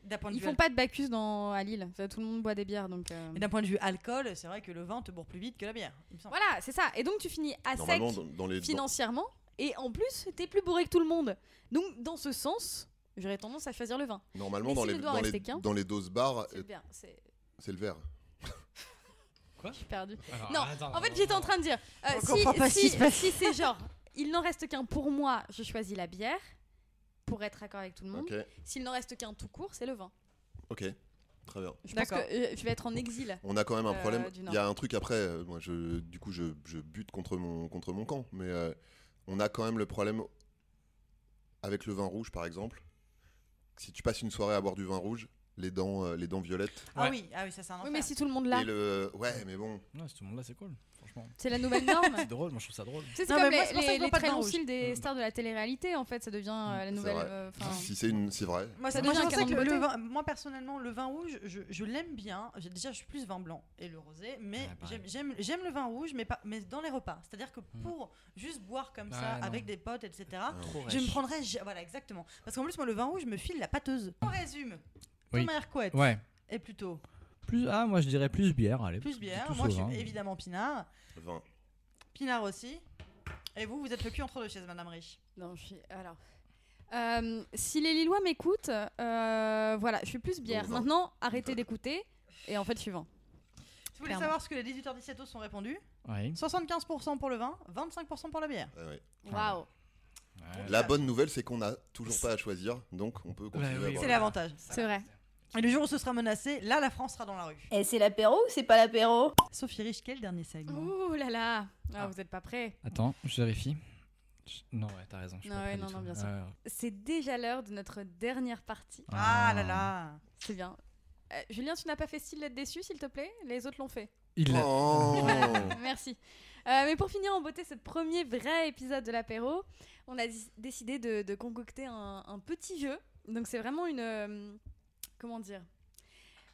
d'un point de Ils vue font pas de Bacchus dans, à Lille. Ça, tout le monde boit des bières. donc euh, Mais d'un point de vue alcool, c'est vrai que le vin te bourre plus vite que la bière. il me semble. Voilà, c'est ça. Et donc tu finis à sec Normalement, dans, dans les. dans- financièrement. Et en plus, t'es plus bourré que tout le monde. Donc dans ce sens, j'aurais tendance à choisir le vin. Normalement, Mais dans s'il les, ne doit dans, les, rester qu'un. dans les doses bars, euh, C'est bien, c'est c'est le verre. je suis perdue. Alors, Non, attends, en fait, attends, j'étais en attends. train de dire. euh, On comprend pas si ce qui si, se passe. si c'est genre, il n'en reste qu'un pour moi, je choisis la bière pour être d'accord avec tout le monde. Ok, S'il n'en reste qu'un tout court, c'est le vin. ok, très bien. Je pense que D'accord. euh, je vais être en exil. On a quand même un Euh, problème. du Il Nord. y a un truc après. euh, Moi, je, du coup, je, je bute contre mon, contre mon camp. Mais euh, on a quand même le problème avec le vin rouge, par exemple. Si tu passes une soirée à boire du vin rouge, les dents, euh, les dents violettes. Ah Ouais. oui, ah oui, ça c'est un Oui, enfer. mais si tout le monde l'a, Et le, ouais, mais bon. Non, c'est tout le monde là, c'est cool. Franchement, c'est la nouvelle norme. c'est drôle, moi je trouve ça drôle. Tu sais, C'est Non, comme mais moi, les, c'est pour ça que les- je vois les pas de très vin longs rouge. cils des Mm. stars de la télé-réalité, en fait, ça devient euh, la nouvelle. vrai. euh, 'fin, Si c'est une, c'est vrai. Moi, ça devient devient un canon que de le beauté. vin, moi personnellement, le vin rouge, je, je l'aime bien. J'ai- Déjà, je suis plus vin blanc et le rosé, mais Ouais, pareil. j'aime- j'aime j'aime le vin rouge, mais, pas, mais dans les repas. C'est-à-dire que pour juste boire comme ça Ah, non. avec des potes, etc., Trop je me rêche. prendrais. ja- Voilà, exactement. Parce qu'en plus, moi, le vin rouge me file la pâteuse. On résume, Oui. ton mère couette Ouais. est plutôt Plus, ah, moi je dirais plus bière, allez. plus tout- bière. tout hein. Moi, je sauvin. suis évidemment pinard. Vin. Pinard aussi. Et vous, vous êtes le cul entre deux chaises, Madame Riche. Non, je suis. Alors. Euh, si les Lillois m'écoutent, euh, voilà, je suis plus bière. Donc, vin. Maintenant, arrêtez d'écouter. Et en fait, je suis vin. Si vous voulez Clairement. savoir ce que les 18h17 os sont répondus, Oui. 75% pour le vin, 25% pour la bière. Ah ouais. Clairement. Waouh! Euh, La bonne nouvelle, c'est qu'on a toujours pas à choisir, donc on peut continuer. Bah oui. à boire. C'est l'avantage. C'est vrai. Et le jour où ce sera menacé, là, la France sera dans la rue. Et c'est l'apéro ou c'est pas l'apéro Sophie Rich, quel dernier segment Ouh là là! Ah, Ah. Vous n'êtes pas prêts. Attends, je vérifie. Je- Non, ouais, t'as raison. je suis Non, pas prêt ouais, du non, tout. non, bien sûr. Ouais, ouais. C'est déjà l'heure de notre dernière partie. Ah là là C'est bien. Euh, Julien, tu n'as pas fait style d'être déçu, s'il te plaît Les autres l'ont fait. Il l'a. Oh Merci. Euh, mais pour finir en beauté ce premier vrai épisode de l'apéro, on a dis- décidé de, de concocter un, un petit jeu. Donc c'est vraiment une... euh, comment dire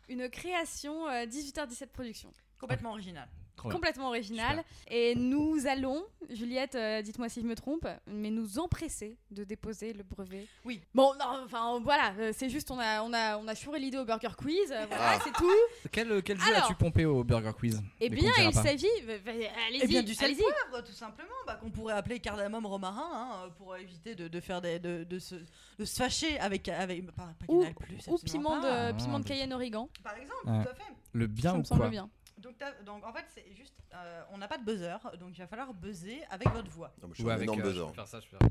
Une création euh, 18h17 production. Complètement original. Trop bien. complètement original. Et nous allons, Juliette, euh, dites-moi si je me trompe, mais nous empresser de déposer le brevet. Oui. Bon, non, enfin voilà, euh, c'est juste on a on a on a chouré l'idée au Burger Quiz, euh, voilà, Ah. c'est tout. Quel, euh, quel jeu Alors. as-tu pompé au Burger Quiz Eh Dès bien, qu'on ne il dira pas. s'agit, bah, bah, allez-y, Eh bien, du sel allez-y. poivre, tout simplement, bah, qu'on pourrait appeler cardamome romarin, hein, pour éviter de, de faire des, de, de se, de se fâcher avec, avec bah, pas, pas Ou- Canal+, ou absolument pas. piment de Ah, piment de bah, Cayenne Origan, Par exemple, Ouais. tout à fait. Le bien ça ou me quoi semble bien. Donc, t'as- donc, en fait, c'est juste, euh, on n'a pas de buzzer, donc il va falloir buzzer avec votre voix. Non, mais je Ou suis un avec, énorme euh, buzzer. je peux faire ça, je peux faire-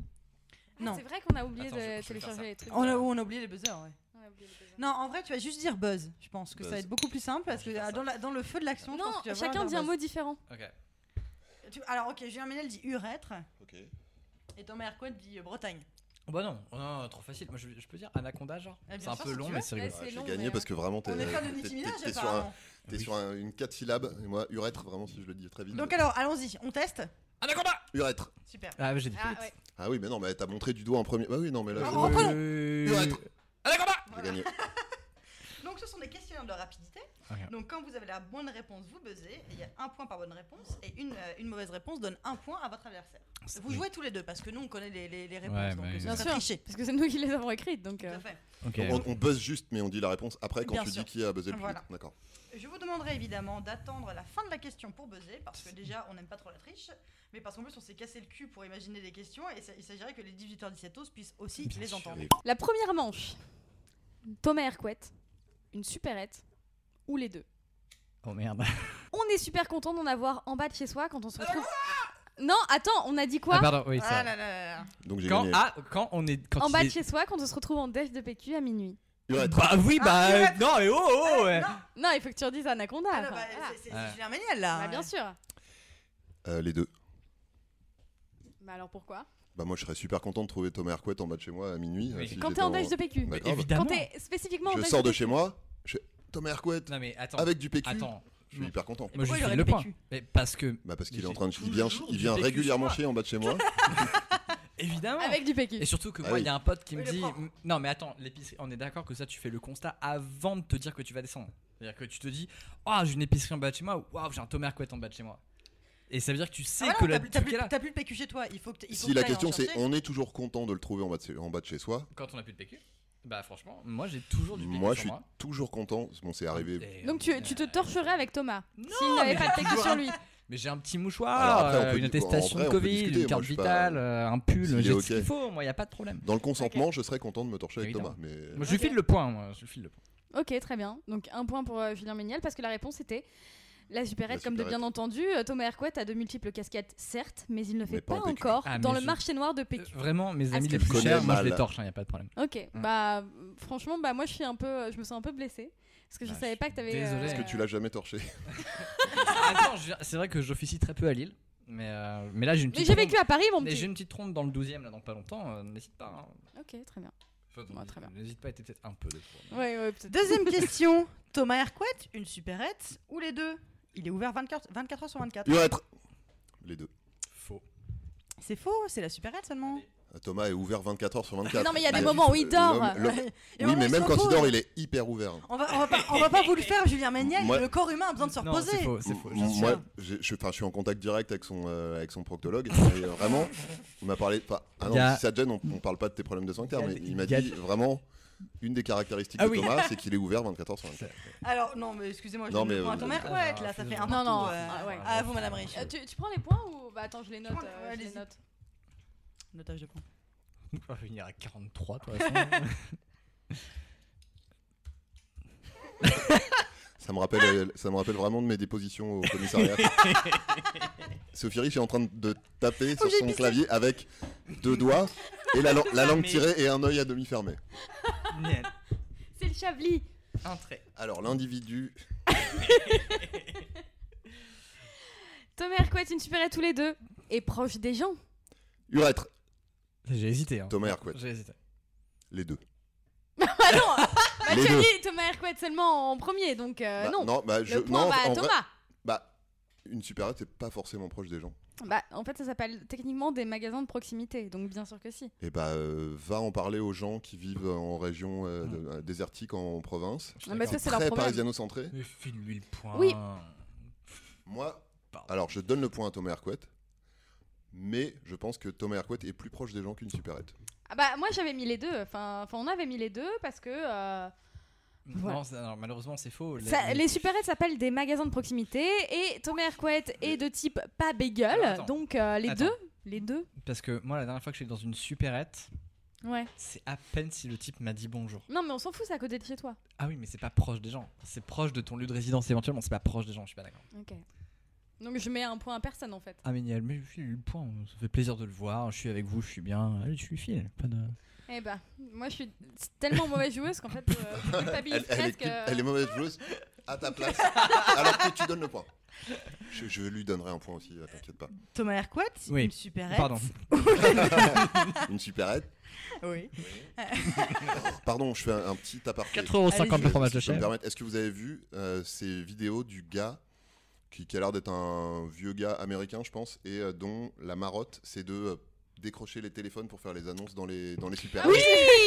Non. Ah, C'est vrai qu'on a oublié Attends, je- je de vais télécharger faire ça. les trucs. On a, on a oublié les buzzers, ouais. On a oublié les buzzer. Non, en vrai, tu vas juste dire buzz. Je pense que ça va Buzz. être beaucoup plus simple parce Je vais faire que ça. dans, la- dans le feu de l'action, je pense que tu vas Non, vraiment chacun dire dit un buzz. mot différent. Ok. Tu- Alors, ok, Julien Ménel dit urètre Ok. et Thomas Hercouet dit euh, Bretagne. Bah non, oh non, non, trop facile. Moi, je, je peux dire Anaconda, genre. Eh bien C'est un sûr, peu si long, tu mais euh, veux. c'est Ouais, rigolo. c'est Ah, J'ai long, gagné mais, parce que vraiment, t'es euh, On est fan de t'es- Nicki t'es- Minaj, t'es sur, un, apparemment. t'es sur un- une 4 syllabes. Et moi, urètre, vraiment, si je le dis très vite. Donc, alors, allons-y, on teste. Anaconda Urètre. Super. Ah, j'ai dit. Ah ouais. Ah oui, mais non, mais t'as montré du doigt en premier. Bah oui, non, mais là, Ah, j'ai- bon, reprenons. Urètre Anaconda j'ai gagné. Donc, ce sont des questionnaires de rapidité. Ok. Donc, quand vous avez la bonne réponse, vous buzzez. Il y a un point par bonne réponse et une, euh, une mauvaise réponse donne un point à votre adversaire. Vous jouez tous les deux parce que nous, on connaît les, les- les réponses. Ouais, donc, euh, mais- ce Bien serait sûr. triché. Parce que c'est nous qui les avons écrites, donc. Tout euh, à fait. Ok. Donc, on, on buzz juste, mais on dit la réponse après quand Bien tu sûr. dis qui a buzzé le plus Voilà. vite. D'accord. Je vous demanderai évidemment d'attendre la fin de la question pour buzzer, parce que déjà on n'aime pas trop la triche, mais parce qu'en plus on s'est cassé le cul pour imaginer des questions, et ça- il s'agirait que les 18h17 puissent aussi Bien les sûr. entendre. La première manche. Thomas Hercouette, une supérette ou les deux. Oh merde. On est super content d'en avoir en bas de chez soi quand on Euh, se retrouve. Non, attends, on a dit quoi ah, pardon, oui, ça. Ah là là là là. Donc j'ai Quand, gagné. ah, quand on est. bah, Quand En il bas est- de chez soi quand on se retrouve en déj de PQ à minuit. Urètre. Bah oui, bah. Ah, euh, urètre. non, mais oh, oh, ouais. Ah, Bah, Non, Non, il faut que tu redises Anaconda. ah non, enfin, bah, voilà. c'est- c'est Ouais. c'est Julien Méniel là. Bah, bien sûr. Euh, les deux. Bah alors pourquoi Bah moi, je serais super content de trouver Thomas Hercouet en bas de chez moi à minuit. Oui. euh, si Quand j'étais t'es en en- déj de PQ. Bah, Mais grave. Quand évidemment. t'es spécifiquement en Je déj sors de PQ. chez moi, je... fais, Thomas Hercouet, Non, mais attends. avec du PQ. Attends. Je suis Non. hyper content. Moi, je pourquoi il lui aurait file du le point. PQ? Mais parce que. Bah parce qu'il J'ai est en train de. Il toujours vient, du il vient PQ chez régulièrement moi. chier en bas de chez moi. Évidemment Avec du Et PQ. surtout que Ah moi, il oui. y a un pote qui Oui, me le dit propre. "M- Non, mais attends, l'épicerie, on est d'accord que ça, tu fais le constat avant de te dire que tu vas descendre. C'est-à-dire que tu te dis Ah, j'ai une épicerie en bas de chez moi, waouh, j'ai un Thomas Hercouet en bas de chez moi. Et ça veut dire que tu sais Ah voilà, que la t'as plus- T'as truc est plus, là. t'as plus le PQ chez toi, il faut que t- il faut Si que la t'ailles en question c'est chercher. on est toujours content de le trouver en bas de chez, en bas de chez soi, Quand on n'a plus de PQ, bah franchement, moi, j'ai toujours du PQ moi je sur suis moi. toujours content. Bon, c'est arrivé. Et, Donc euh, tu, tu te torcherais avec Thomas. Non, S'il n'avait mais pas de j'ai PQ toujours sur un- lui. Mais j'ai un petit mouchoir, Alors Bah, après, on euh, peut une dis- en attestation vrai, on de peut Covid, discuter, une moi, carte je suis pas- vitale, euh, un pull, S'il j'ai est tout ce ok. qu'il faut, moi, il n'y a pas de problème. Dans le consentement, je serais content de me torcher avec Évidemment. Thomas. Mais Moi, je lui Ok. file le point, moi, je lui file le point. Ok, très bien. Donc un point pour euh, Julien Méniel parce que la réponse était la supérette, La comme de supérette. bien entendu. euh, Thomas Hercouet a de multiples casquettes, certes, mais il ne fait Mais pas, pas en PQ. encore Ah, mais dans le je- marché noir de Euh, PQ. Vraiment, mes Ah, amis ce les que plus tu chers, connais moi, je les mal. torche, il n'y a pas de problème. Ok, bah euh, franchement, bah moi je suis un peu, euh, je me sens un peu blessée parce que je Bah, je savais pas suis que t'avais. euh, désolé. Est-ce Parce que tu l'as jamais torché. Ah, Attends, je- c'est vrai que j'officie très peu à Lille, mais, euh, mais là j'ai une Mais petite. j'ai trompe- vécu à Paris, mon mais j'ai petit. une petite trompe dans le 12ème là dans pas longtemps, euh, n'hésite pas. hein. Ok, très bien. Enfin, Ouais, très bien. N'hésite pas, était peut-être un peu de trop. mais- Ouais, ouais, peut-être. Deuxième question Thomas Hercouet, une supérette ou les deux Il est ouvert 24, 24 heures sur 24. Urètre. Les deux. Faux. C'est faux, c'est la supérette seulement. Thomas est ouvert 24 heures sur 24. non, mais il y a des Le- moments où il l'homme- dort. le- Et Oui, vraiment, mais il même se quand il repose. dort, il est hyper ouvert. On va, on va pas, on va pas vous le faire, Julien Méniel. Moi- Le corps humain a besoin de se Non, reposer. c'est faux, c'est faux. je M- suis Moi, sûr. j'ai- je, enfin, je suis en contact direct avec son, euh, avec son proctologue. et, euh, vraiment, il m'a parlé. enfin, ah non, Il y a- si ça te gêne, on, on parle pas de tes problèmes de Il sphincter, y a mais des- il m'a il y a dit des- vraiment une des caractéristiques Ah de oui. Thomas, c'est qu'il est ouvert 24 heures sur 24. Alors, non, mais excusez-moi, je Non, donne le mais, point à euh, Thomas Ah, Hercouet, là, alors, ça fait c'est un Non, partout, non, euh, ah, ouais. À vous, Madame Rich. Euh, tu, tu prends les points ou bah attends, je les note. prends les- euh, je les allez-y. note. Notage de points. On va venir à 43 toi. façon. Ça me, rappelle, euh, ça me rappelle vraiment de mes dépositions au commissariat. Sophie Rich est en train de taper Oh, sur son clavier avec deux doigts et la, lan- la langue Mais- tirée et un œil à demi fermé. Niel, C'est le Chablis. un trait. Alors, l'individu. Thomas Hercouet, une supérette tous les deux et proche des gens. Urètre, J'ai hésité. Hein. Thomas Hercouet. J'ai hésité. Les deux. Ah non, bah, Les tu as deux. dit Thomas Hercouet seulement en premier, donc euh, Bah, non. bah, je- Le point non, va à en vrai- Thomas. bah, une supérette, c'est pas forcément proche des gens. Bah, en fait, ça s'appelle techniquement des magasins de proximité, donc bien sûr que si. Et bah, euh, va en parler aux gens qui vivent en région euh, de- euh, désertique, en province. parce que Ah, c'est leur Très problème. parisiano-centré. Mais file-lui le point. Oui. Moi, alors je donne le point à Thomas Hercouet, mais je pense que Thomas Hercouet est plus proche des gens qu'une supérette. Ah bah moi j'avais mis les deux. Enfin, enfin, on avait mis les deux parce que euh, Voilà. Non, c'est- alors, malheureusement, c'est faux. ça- La- les superettes s'appellent des magasins de proximité et Thomas Hercouet est de type pas bagel. Alors, attends. donc euh, les Attends. deux, les deux. Parce que moi, la dernière fois que j'étais dans une supérette, Ouais. c'est à peine si le type m'a dit bonjour. Non mais on s'en fout, c'est à côté de chez toi. Ah oui, mais c'est pas proche des gens. C'est proche de ton lieu de résidence éventuellement, c'est pas proche des gens, je suis pas d'accord. Ok. Donc je mets un point à personne en fait. Ah mais Niel, mais j'ai eu le point, ça fait plaisir de le voir, je suis avec vous, je suis bien. Allez, tu lui files. Pas de... Eh bah, moi je suis tellement mauvaise joueuse qu'en fait euh, je culpabilise Elle, elle est, presque. cul- euh, elle est mauvaise joueuse à ta place, alors que tu donnes le point. Je, je lui donnerai un point aussi, euh, t'inquiète pas. Thomas Hercouet, Oui. une superette. Pardon. Une supérette. Ah Oui. Pardon, je fais un, un petit aparté. 4,50€ Allez-y. le fromage de Si je peux me chèvre. permettre, Est-ce que vous avez vu euh, ces vidéos du gars qui, qui a l'air d'être un vieux gars américain, je pense, et euh, dont la marotte, c'est de euh, décrocher les téléphones pour faire les annonces dans les, dans les superettes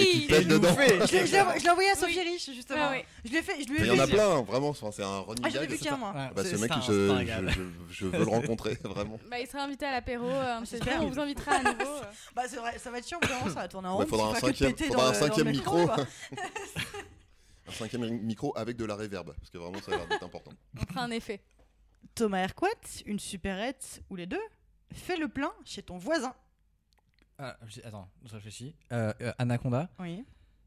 et qui pète dedans. Je l'ai- je l'ai je l'ai envoyé à Sophie Oui. Rich, justement. Ah, ouais. Je l'ai fait, je lui ai Il y fait- en a plein, hein, vraiment, enfin, c'est un running Ah, j'en ai vu gag. qu'un, moi. Ah bah, ce mec, je, je- je- je veux le rencontrer, vraiment. Bah, il sera invité à l'apéro, euh, un de ces J'espère. jours, on vous invitera à nouveau. euh. Bah, c'est vrai, ça va être chiant, au bout d'un moment, ça va tourner en rond. Ouais, Bah, faudra parce un qu'il fera que cinquième, péter faudra dans un le- dans le cinquième métro, micro. quoi. Un cinquième micro avec de la réverb, parce que vraiment, ça a l'air d'être important. On fera un effet. Thomas Hercouet, une supérette ou les deux, fais le plein chez ton voisin. Ah, j'ai- attends, je réfléchis. Euh, euh, Anaconda, Oui.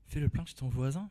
fais le plein chez ton voisin.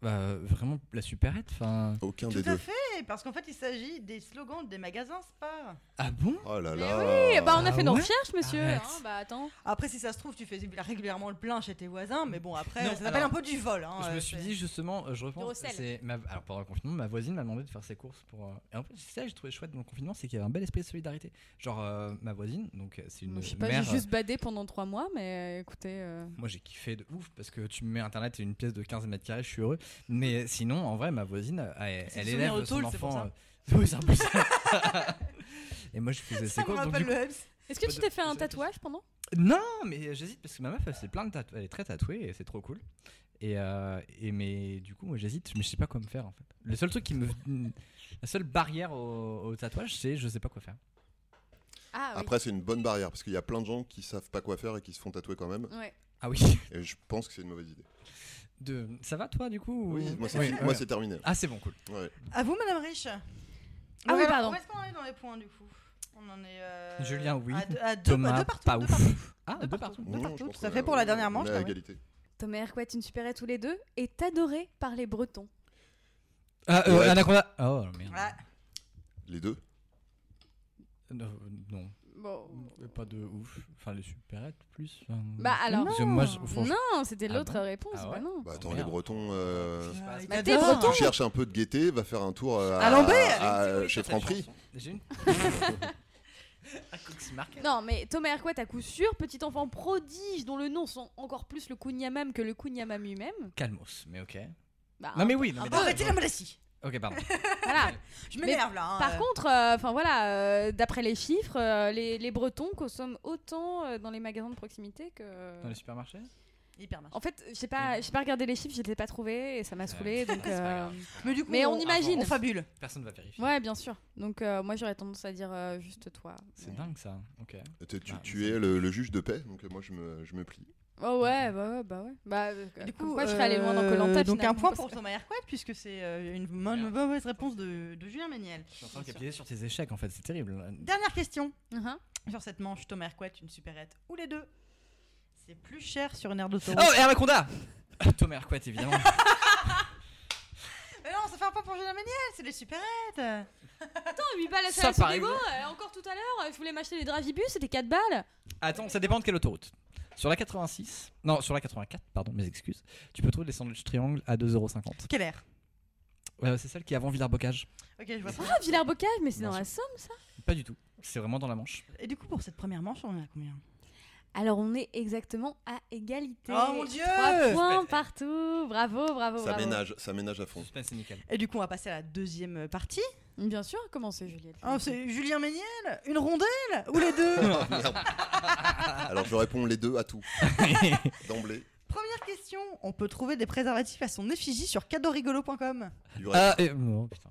Bah euh, vraiment la supérette, enfin. Aucun Tout des à deux. fait, parce qu'en fait, il s'agit des slogans des magasins Spar. Ah bon Oh là Mais là. eh oui, bah ben, on a Ah fait nos ouais recherches, monsieur. Arrête. hein, bah attends. Après, si ça se trouve, tu fais régulièrement le plein chez tes voisins, mais bon, après, Non, ça s'appelle un alors, peu du vol. hein, Je euh, me suis c'est- dit justement, euh, je repense, recel. c'est ma- alors pendant le confinement, ma voisine m'a demandé de faire ses courses pour. euh, Et en fait, c'est ça que j'ai trouvé chouette dans le confinement, c'est qu'il y avait un bel esprit de solidarité. Genre euh, ma voisine, donc euh, c'est une Je sais pas, j'ai mère. juste badé pendant trois mois, mais euh, écoutez. euh, Moi j'ai kiffé de ouf parce que tu me mets internet et une pièce de 15 mètres carrés, je suis heureux. Mais sinon, en vrai, ma voisine, euh, elle, C'est elle le souvenir élève au son tôle, c'est pour enfant. euh, oui, c'est un peu ça. et moi je faisais Ça ses me courses. donc, du rappelle coup- le Hubs. Est-ce que bah, Pas tu de- t'es fait un j'ai- tatouage pendant Non, mais j'hésite parce que ma meuf elle, s'est plein de tatou- elle est très tatouée et c'est trop cool. Et, euh, et mais du coup, moi j'hésite, mais je sais pas quoi me faire en fait. Le seul truc qui me. La seule barrière au, au tatouage, c'est je sais pas quoi faire. Ah oui. Après, c'est une bonne barrière, parce qu'il y a plein de gens qui savent pas quoi faire et qui se font tatouer quand même. Ouais. Ah oui. Et je pense que c'est une mauvaise idée. De... Ça va toi du coup ou- Oui, moi, c'est Oui, moi, ouais. c'est terminé. Ah, c'est bon, cool. Ouais. À vous, Madame Rich. Ah oui, pardon. Où est-ce qu'on en est dans les points, du coup On en est. euh, Julien, oui. À deux, à deux- Thomas, à deux partout, pas deux ouf. partout. Ah, De de partout. partout. De Non, partout, je tout pense à qu'on fait, est- pour la on est- dernière manche, On est quand à même. égalité. Thomas Hercouet, une supérette tous les deux, est adoré par les Bretons. Ah, euh, Ouais. Anaconda. Oh merde. Ah, Les deux Non, Euh, non, Bon. pas de ouf. Enfin, les superettes plus. Bah alors. Parce que moi, je- franchement- Non, c'était Ah l'autre bon réponse. Ah bah ouais non. Bah attends, Oh, les merde. Bretons. euh, Mais il t'es adore. breton. Tu cherches un peu de gaieté, va faire un tour euh, À Lambert à- chez Franprix. J'ai une. Ah, Cooks Market. Non, mais Thomas Hercouet, à coup sûr, petit enfant prodige dont le nom sent encore plus le Kunyamam que le Kunyamam lui-même. Calmos, mais ok. Bah, Non, mais oui, non, un mais peu. d'accord. Arrêtez la maladie. Ok, pardon. Voilà. Je Mais m'énerve là. hein. Par contre, euh, enfin voilà, euh, d'après les chiffres, euh, les, les Bretons consomment autant euh, dans les magasins de proximité que. Dans les supermarchés Hyper marche. En fait, j'ai pas, j'ai pas regardé les chiffres, je les ai pas trouvés et ça m'a saoulé. Donc, C'est pas euh, grave. Mais du coup, Mais on on imagine. On fabule. Personne va vérifier. ouais, bien sûr. Donc euh, moi j'aurais tendance à dire euh, juste toi. C'est dingue ça. Ok. Tu, tu- Ah, tu mais ça- es le, le juge de paix, donc euh, moi je me, je me plie. Oh ouais, bah ouais, bah ouais. Bah, euh, Du comme coup, quoi, je serais allé loin dans euh, Colanta. Donc un point pour Thomas Hercouet, puisque c'est euh, une bonne- mauvaise réponse de, de Julien Méniel. Je suis en train de capitaliser sur tes échecs en fait, c'est terrible. Dernière question Uh-huh. sur cette manche Thomas Hercouet, une supérette ou les deux C'est plus cher sur une aire d'autoroute. Oh, et Anaconda Thomas Hercouet évidemment. Mais non, ça fait un point pour Julien Méniel, c'est les supérettes. Attends, 8 balles à Ça, Salas par Sodego, euh, encore tout à l'heure, euh, je voulais m'acheter des dragibus, c'était 4 balles. Attends, ça dépend de quelle autoroute. Sur la 86, non, sur la 84, pardon, mes excuses, tu peux trouver des sandwichs triangles à 2,50€. Quelle air Ouais, c'est celle qui est avant Villers-Bocage. Ok, je vois ça. Ah, Villers-Bocage, mais c'est Bien dans la sûr. Somme ça Pas du tout. C'est vraiment dans la Manche. Et du coup, pour cette première manche, on en a combien Alors on est exactement à égalité. Oh, mon Dieu 3 points partout, bravo, bravo, Ça Oh, bravo. ménage, ça ménage à fond. Suspense, c'est nickel. Et du coup, on va passer à la deuxième euh, partie. Bien sûr, comment c'est Juliette Oh, c'est Julien Méniel Une rondelle Ou les deux Ah, merde. Alors je réponds les deux à tout, Euh, d'emblée. Première question on peut trouver des préservatifs à son effigie sur cadeaurigolo.com. Du reste. Ah, et... oh, putain.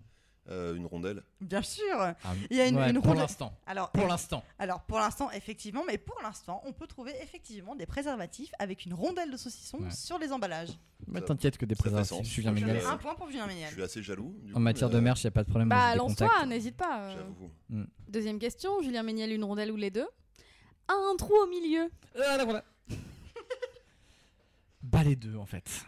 euh, une rondelle. Bien sûr. Ah, Il y a une- ouais, une pour roule- l'instant. Alors, Pour l'instant. alors pour l'instant, effectivement, mais pour l'instant, on peut trouver effectivement des préservatifs avec une rondelle de saucisson Ouais. sur les emballages. Mais t'inquiète que des Ça fait préservatifs, sens. je suis bien Je Méniel. l'ai- Un point pour Julien Méniel. Je suis assez jaloux. du En coup, matière mais, de euh, merch, il n'y a pas de problème. moi, Bah, j'ai des lance-toi, contacts. n'hésite pas. euh. J'avoue. Deuxième question, Julien Méniel, une rondelle ou les deux Ah, Un trou au milieu. Ah, là, voilà. Bah, les deux, en fait.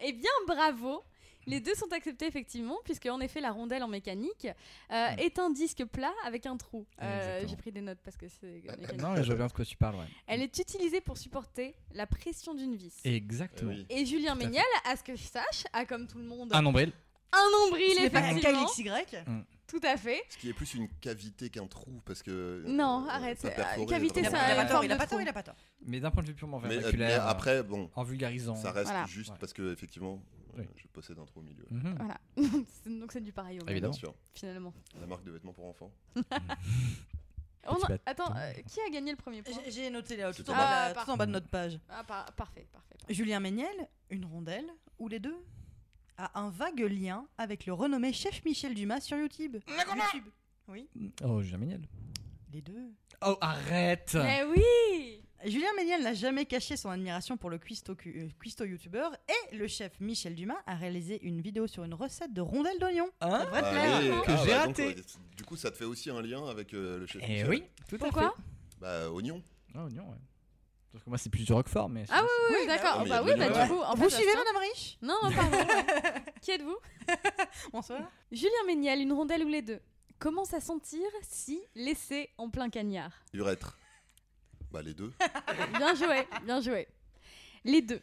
Eh bien, bravo Les deux sont acceptés effectivement, puisque en effet, la rondelle en mécanique euh, Mm. est un disque plat avec un trou. Euh, Exactement. Euh, J'ai pris des notes parce que c'est mécanique. Non, mais je regarde de quoi tu parles, ouais. Elle est utilisée pour supporter la pression d'une vis. Et, Eh Exactement. oui. Julien Tout à Méniel, à ce que je sache, a comme tout le monde Un nombril. un Ce nombril, n'est pas un effectivement. KXY. Tout à fait. Ce qui est plus une cavité qu'un trou, parce que. euh, Non, euh, arrête, pas c'est- perforé, cavité, Il vraiment. a c'est pas- il a pas une tort, forme il a de pas tort, trou. il a pas tort. Mais d'un point de vue purement Mais, euh, mais vernaculaire, euh, après, bon, en vulgarisant. ça reste Voilà. juste Ouais. parce que, effectivement, euh, Oui. je possède un trou au milieu. Mhm. Voilà. Donc c'est du pareil au même, Évidemment. Bien sûr. finalement. La marque de vêtements pour enfants. On en- bâtard. Attends, euh, qui a gagné le premier point J'ai- J'ai noté là, tout, C'est en pas bas, mal. là, Ah, tout par- en bas de notre page. ah, par- Parfait, parfait. parfait. Julien Méniel, une rondelle ou les deux a un vague lien avec le renommé chef Michel Dumas sur YouTube. YouTube. Oui, Oh, Julien Méniel. les deux. Oh, arrête Mais oui Julien Méniel n'a jamais caché son admiration pour le cuistot, cu- euh, cuistot youtubeur et le chef Michel Dumas a réalisé une vidéo sur une recette de rondelles d'oignon. Hein Ça Ah, Ah, devrait te plaire. Allez, Que j'ai donc, raté. euh, du coup, ça te fait aussi un lien avec euh, le chef. Eh Michel. oui, tout à fait. Pourquoi Bah, oignon. Ah, oignon, ouais. Sauf que moi, c'est plus du roquefort, mais. Ah Oui, Oui, bah d'accord. oui. bah Ah, oui, mais bah il y a du du coup, en Vous fait, suivez ça- Madame Riche Non, non, pardon. ouais. qui êtes-vous Bonsoir. Julien Méniel, une rondelle ou les deux Commence à sentir si laissé en plein cagnard. Urètre. Bah, les Ah, deux. Bien joué, bien joué. Les deux.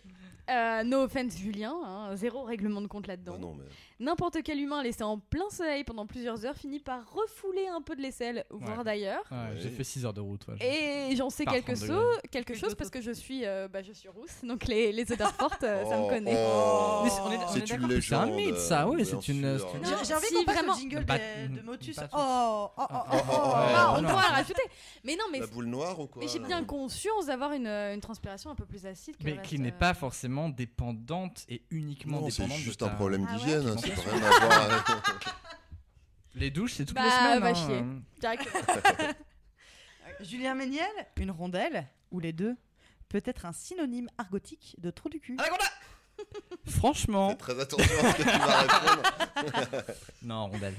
Euh, no offense, Julien, hein, zéro règlement de compte Ah là-dedans. non, mais. N'importe quel humain laissé en plein soleil pendant plusieurs heures finit par refouler un peu de l'aisselle, voire Ouais. d'ailleurs. Ouais, Ouais. J'ai fait 6 heures de route. ouais. Et j'en sais Par quelque, 32 so- quelque Oui, chose d'autres. parce que je suis, euh, bah, je suis rousse, donc les, les odeurs fortes, euh, ça me Oh, connaît. oh. Mais c'est- on est- on est C'est une d'accord que c'est un légende, euh, mythe, ça, oui, bien c'est une- sûr. c'est une- Non, J'ai j'ai envie si, qu'on passe vraiment. le jingle Bah, de, de mm, Motus. pas tout. Oh, oh, oh, oh, Ah, oh, oh, oh. Bah, on non. pourra rajouter. Mais non, mais La boule noire ou quoi Mais j'ai là bien conscience d'avoir une, euh, une transpiration un peu plus acide que le Mais reste, qui n'est euh. pas forcément dépendante et uniquement Non, c'est dépendante. de juste ta- un problème Ah ouais d'hygiène. hein, Bien c'est sûr. rien à voir. Les douches, c'est toutes Bah, les semaines. va hein. chier. euh, Direct. Julien Méniel, une rondelle ou les deux peut être un synonyme argotique de trou du cul. Ah, Fais Franchement. très attention à ce que tu vas répondre. Non, rondelle.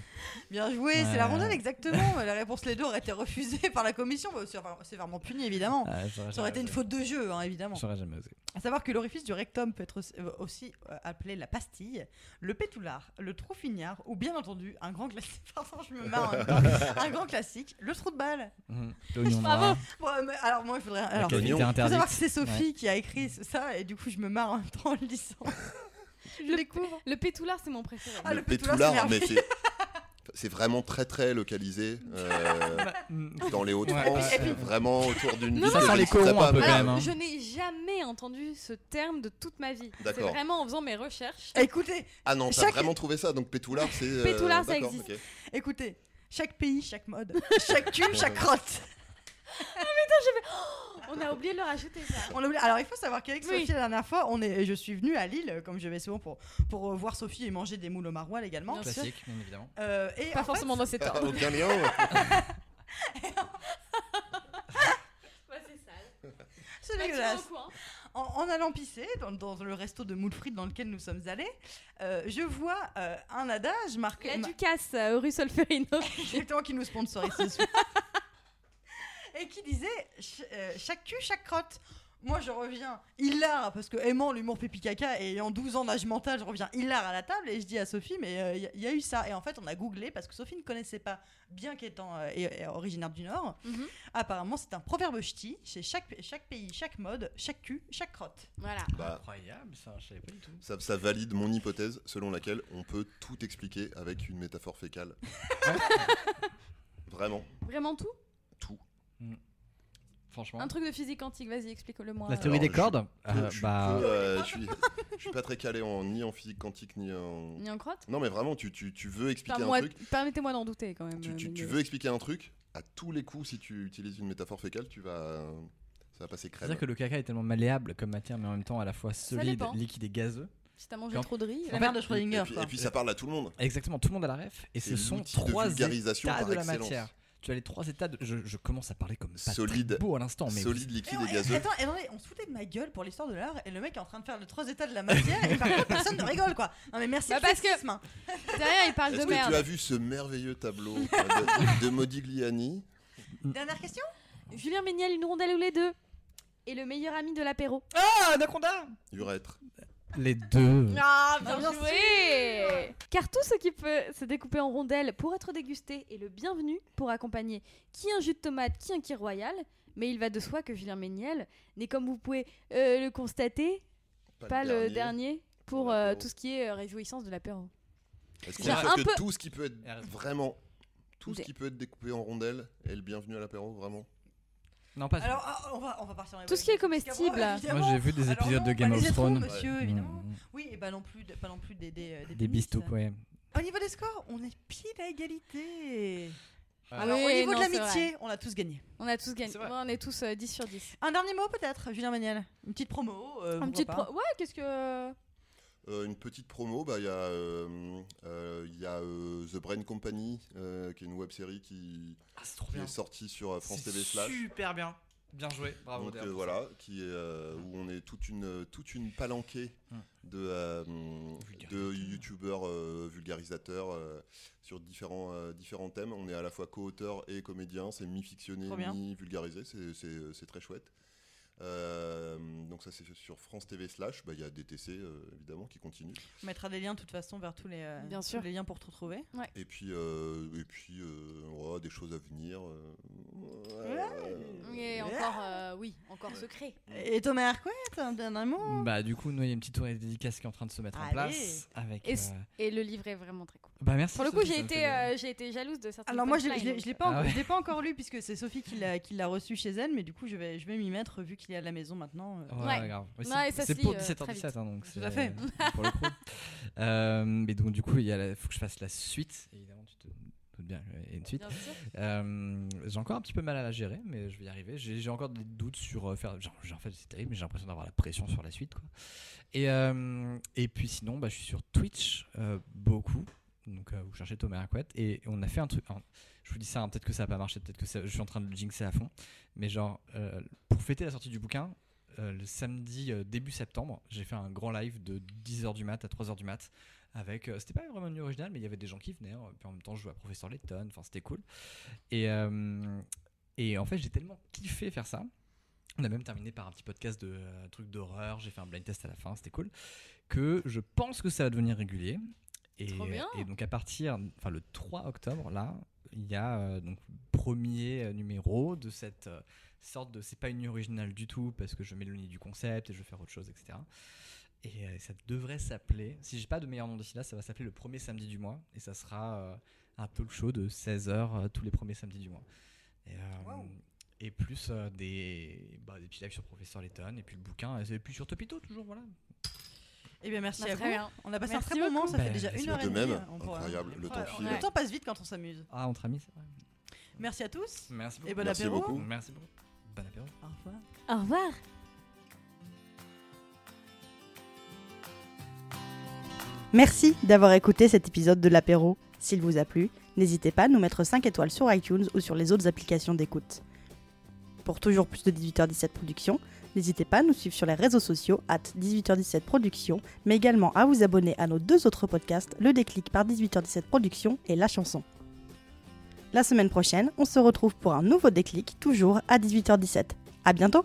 Bien joué, c'est Ouais. la rondelle exactement. la réponse les deux aurait été refusée par la commission. Bah, c'est vraiment- C'est vraiment puni évidemment. Ah, j'aurais Ça aurait été jamais une osé. faute de jeu, hein, évidemment. J'aurais jamais osé. À savoir que l'orifice du rectum peut être aussi, euh, aussi, euh, appelé la pastille, le pétoulard, le trou fignard, ou bien entendu un grand classique. Pardon, je me marre. en même temps. un grand classique, le trou de balle. Mhm. L'oignon Bravo. noir. Bon, euh, mais alors moi, il faudrait. Alors, la cavité faut faut savoir que interdite. c'est Sophie qui a écrit ce- ça, et du coup, je me marre en même temps en le lisant. le, le pétoulard, c'est mon préféré. Ah, le le pétoulard, pétoulard, c'est mais c'est. C'est vraiment très très localisé euh, Mhm. dans les Hauts-de-France, euh, Et puis- et puis- vraiment autour d'une Non, ville. Ça que sent je les ne citerai corons pas, un peu, mais- quand même, Alors, hein. je n'ai jamais entendu ce terme de toute ma vie. C'est D'accord. vraiment en faisant mes recherches. Écoutez, Ah non, t'as Chaque- vraiment trouvé ça, donc Pétoulard, c'est. euh, Pétoulard, ça d'accord, existe. ok. écoutez. Chaque pays, chaque mode, chaque cul, chaque crotte. On a oublié de le rajouter ça. On l'a oublié. Alors il faut savoir qu'avec Oui. Sophie la dernière fois, on est, je suis venue à Lille, comme je vais souvent pour, pour euh, voir Sophie et manger des moules au maroilles également. Bien sûr. Classique, bien évidemment. Euh, et Pas en fait, forcément dans Ah, cet ordre. Aucun lien. ouais. c'est dégueulasse. En, en allant pisser dans, dans le resto de moules frites dans lequel nous sommes allés, euh, je vois euh, un adage marqué La Ducasse, euh, rue Solferino. exactement qui nous sponsorise ce soir. et qui disait ch- euh, chaque cul, chaque crotte. Moi, je reviens hilar parce que aimant l'humour pipi caca et ayant 12 ans d'âge mental, je reviens hilar à la table et je dis à Sophie mais il y, a eu ça et en fait on a googlé parce que Sophie ne connaissait pas bien qu'étant euh, et- et originaire du Nord. Mhm. Apparemment, c'est un proverbe ch'ti chez chaque chaque pays, chaque mode, chaque cul, chaque crotte. Voilà. Bah, Incroyable, ça, je savais pas du tout. ça, ça valide mon hypothèse selon laquelle on peut tout expliquer avec une métaphore fécale. Vraiment. Vraiment tout Franchement. Un truc de physique quantique, vas-y, explique-le moi. La théorie Alors, des je- cordes Je- Ah, euh, Bah. je, suis peu, euh, je suis, je suis pas très calé en, ni en physique quantique ni en. Ni en crotte Non, mais vraiment, tu, tu, tu veux expliquer Enfin, un moi- truc. Permettez-moi d'en douter quand même. Tu, euh, tu- tu mais- veux expliquer un truc à tous les coups si tu utilises une métaphore fécale, tu vas, euh, ça va passer crème. C'est-à-dire que le caca est tellement malléable comme matière, mais en même temps à la fois solide, dépend. liquide et gazeux. Si t'as mangé Quand- trop de riz. La merde de Schrödinger, et, puis, quoi. et puis ça parle à tout le monde. Exactement, tout le monde a la ref. Et C'est ce sont l'outil de trois états vulgarisation par de la excellence. matière. Tu as les trois états de. Je, je commence à parler comme pas Solide. beau à l'instant, mais. Solide, liquide Eh on- et gazeux. Attends, attendez, on se foutait de ma gueule pour l'histoire de l'art et le mec est en train de faire le trois états de la matière et par contre personne ne rigole quoi. Non mais merci Bah, le parce que- sexisme, hein. Derrière, il parle Est-ce de que tu as merde. vu ce merveilleux tableau euh, de, de Modigliani Dernière question Julien Méniel, une rondelle ou les deux Et le meilleur ami de l'apéro. Ah, Anaconda Urètre. Les deux. Ah, bien joué. Car tout ce qui peut se découper en rondelles pour être dégusté est le bienvenu pour accompagner qui un jus de tomate, qui un kir royal. Mais il va de soi que Julien Méniel n'est, comme vous pouvez euh, le constater, pas, le dernier, pour Pour euh, l'apéro. tout ce qui est euh, réjouissance de l'apéro. Est-ce qu'on Genre est un sûr que peu- tout ce qui peut Elle a être raison. vraiment tout ce Des- qui peut être découpé en rondelles est le bienvenu à l'apéro vraiment Non, pas Alors ah, on va, on va partir dans les Tout ce qui est bonnes questions, comestible. parce qu'avant, Moi, j'ai vu des alors épisodes non, de pas Game les of étrons, Thrones. monsieur, Mm, évidemment. mm, Oui, et bah non plus, de- pas non plus des, des, euh, des Des pénis. bistouks, ouais. Au niveau des scores, on est pile à égalité. Ah. Alors, au Oui, niveau non, de c'est l'amitié, on a tous gagné. On a tous gagné. C'est vrai. Ouais, on est tous euh, 10 sur 10. Un dernier mot peut-être, Julien Maniel Une petite promo euh, Un pourquoi petit pas. pro- Ouais, qu'est-ce que. Euh, une petite promo, bah, il y a, euh, euh, il y a euh, The Brain Company, euh, qui est une web série qui, Ah, c'est trop qui bien. est sortie sur euh, France C'est TV Slash. Super bien. Bien joué. Bravo. Donc, Léa, euh, pour ça. voilà, qui est, euh, où on est toute une, toute une palanquée Mm. de, euh, mm, de Hum. Vulgarisateur. youtubeurs euh, vulgarisateurs euh, sur différents, euh, différents thèmes. On est à la fois co-auteur et comédien, c'est mi-fictionné, Trop bien. mi-vulgarisé, c'est- c'est c'est très chouette. Euh, donc ça c'est fait sur France TV slash, Bah, il y a DTC euh, évidemment qui continue. On mettra des liens de toute façon vers tous les, euh, Bien tous sûr. les liens pour te retrouver. Et puis, euh, et puis euh, ouais, des choses à venir. euh, Et encore, euh, oui, encore secret. Et Thomas Hercouet, un dernier mot Ah, Bah, du coup, nous, il y a une petite tournée de dédicace qui est en train de se mettre en Allez. place. Avec. Et c- euh, Et le livre est vraiment très cool. Bah, merci. Pour le coup, Sophie, j'ai ça me fait été, plaisir. euh, j'ai été jalouse de certaines Alors moi je l'ai- je punchlines, l'ai je l'ai donc, pas, Ah en- je ouais. l'ai pas encore lu puisque c'est Sophie qui l'a qui l'a reçu chez elle, mais du coup je vais je vais m'y mettre vu qu'il est à la maison maintenant. euh. Ouais, Ouais. grave. Mais Ouais, c'est- ça c'est se pour lit, euh, 17h17, hein, donc Tout c'est- à fait. pour le coup. Euh, mais donc, du coup, il y a la- faut que je fasse la suite. Évidemment, tu te doutes bien, il y a une suite. Bien sûr. Euh, j'ai encore un petit peu mal à la gérer, mais je vais y arriver. J'ai j'ai encore des doutes sur euh, faire. Genre, j'ai- en fait, c'est terrible, mais j'ai l'impression d'avoir la pression sur la suite. Quoi. Et, euh, et puis sinon, bah, je suis sur Twitch euh, beaucoup. Donc, euh, vous cherchez Thomas Arquette. Et on a fait un truc. alors, je vous dis ça, hein, peut-être que ça va pas marché, peut-être que ça- je suis en train de le jinxer à fond. Mais genre, euh, pour fêter la sortie du bouquin, euh, le samedi euh, début septembre, j'ai fait un grand live de 10h du mat à 3h du mat. Avec, euh, c'était pas vraiment une original, mais il y avait des gens qui venaient. hein. puis en même temps, je jouais à Professeur Letton. Enfin, c'était cool. Et, euh, et en fait, j'ai tellement kiffé faire ça. On a même terminé par un petit podcast de euh, trucs d'horreur. J'ai fait un blind test à la fin, c'était cool. Que je pense que ça va devenir régulier. Et, Trop bien. et donc, à partir, enfin, le 3 octobre, là, il y a euh, donc premier euh, numéro de cette euh, sorte de. C'est pas une originale du tout parce que je m'éloigne du concept et je vais faire autre chose, etc. Et euh, ça devrait s'appeler, si j'ai pas de meilleur nom d'ici là, ça va s'appeler le premier samedi du mois. Et ça sera euh, un talk show de 16h tous les premiers samedis du mois. Et, euh, Wow. et plus euh, des, bah, des petits lives sur Professeur Letton, et puis le bouquin, et puis sur Topito toujours, voilà. Eh bien merci Bah, à très vous. bien. On a passé Merci un très bon moment, beaucoup. ça fait Bah, déjà merci une heure et de demie. même, euh, on pourra- incroyable, on le pourra- temps Le file. temps passe vite quand on s'amuse. Ah, entre amis, c'est vrai. Merci à tous. Merci Et bon Merci apéro. beaucoup. Merci beaucoup. Bon apéro. Au revoir. Au revoir. Merci d'avoir écouté cet épisode de l'apéro. S'il vous a plu, n'hésitez pas à nous mettre 5 étoiles sur iTunes ou sur les autres applications d'écoute. Pour toujours plus de 18h17 Productions, n'hésitez pas à nous suivre sur les réseaux sociaux at 18h17 Productions, mais également à vous abonner à nos deux autres podcasts, Le déclic par 18h17 Productions et La chanson. La semaine prochaine, on se retrouve pour un nouveau déclic, toujours à 18h17. À bientôt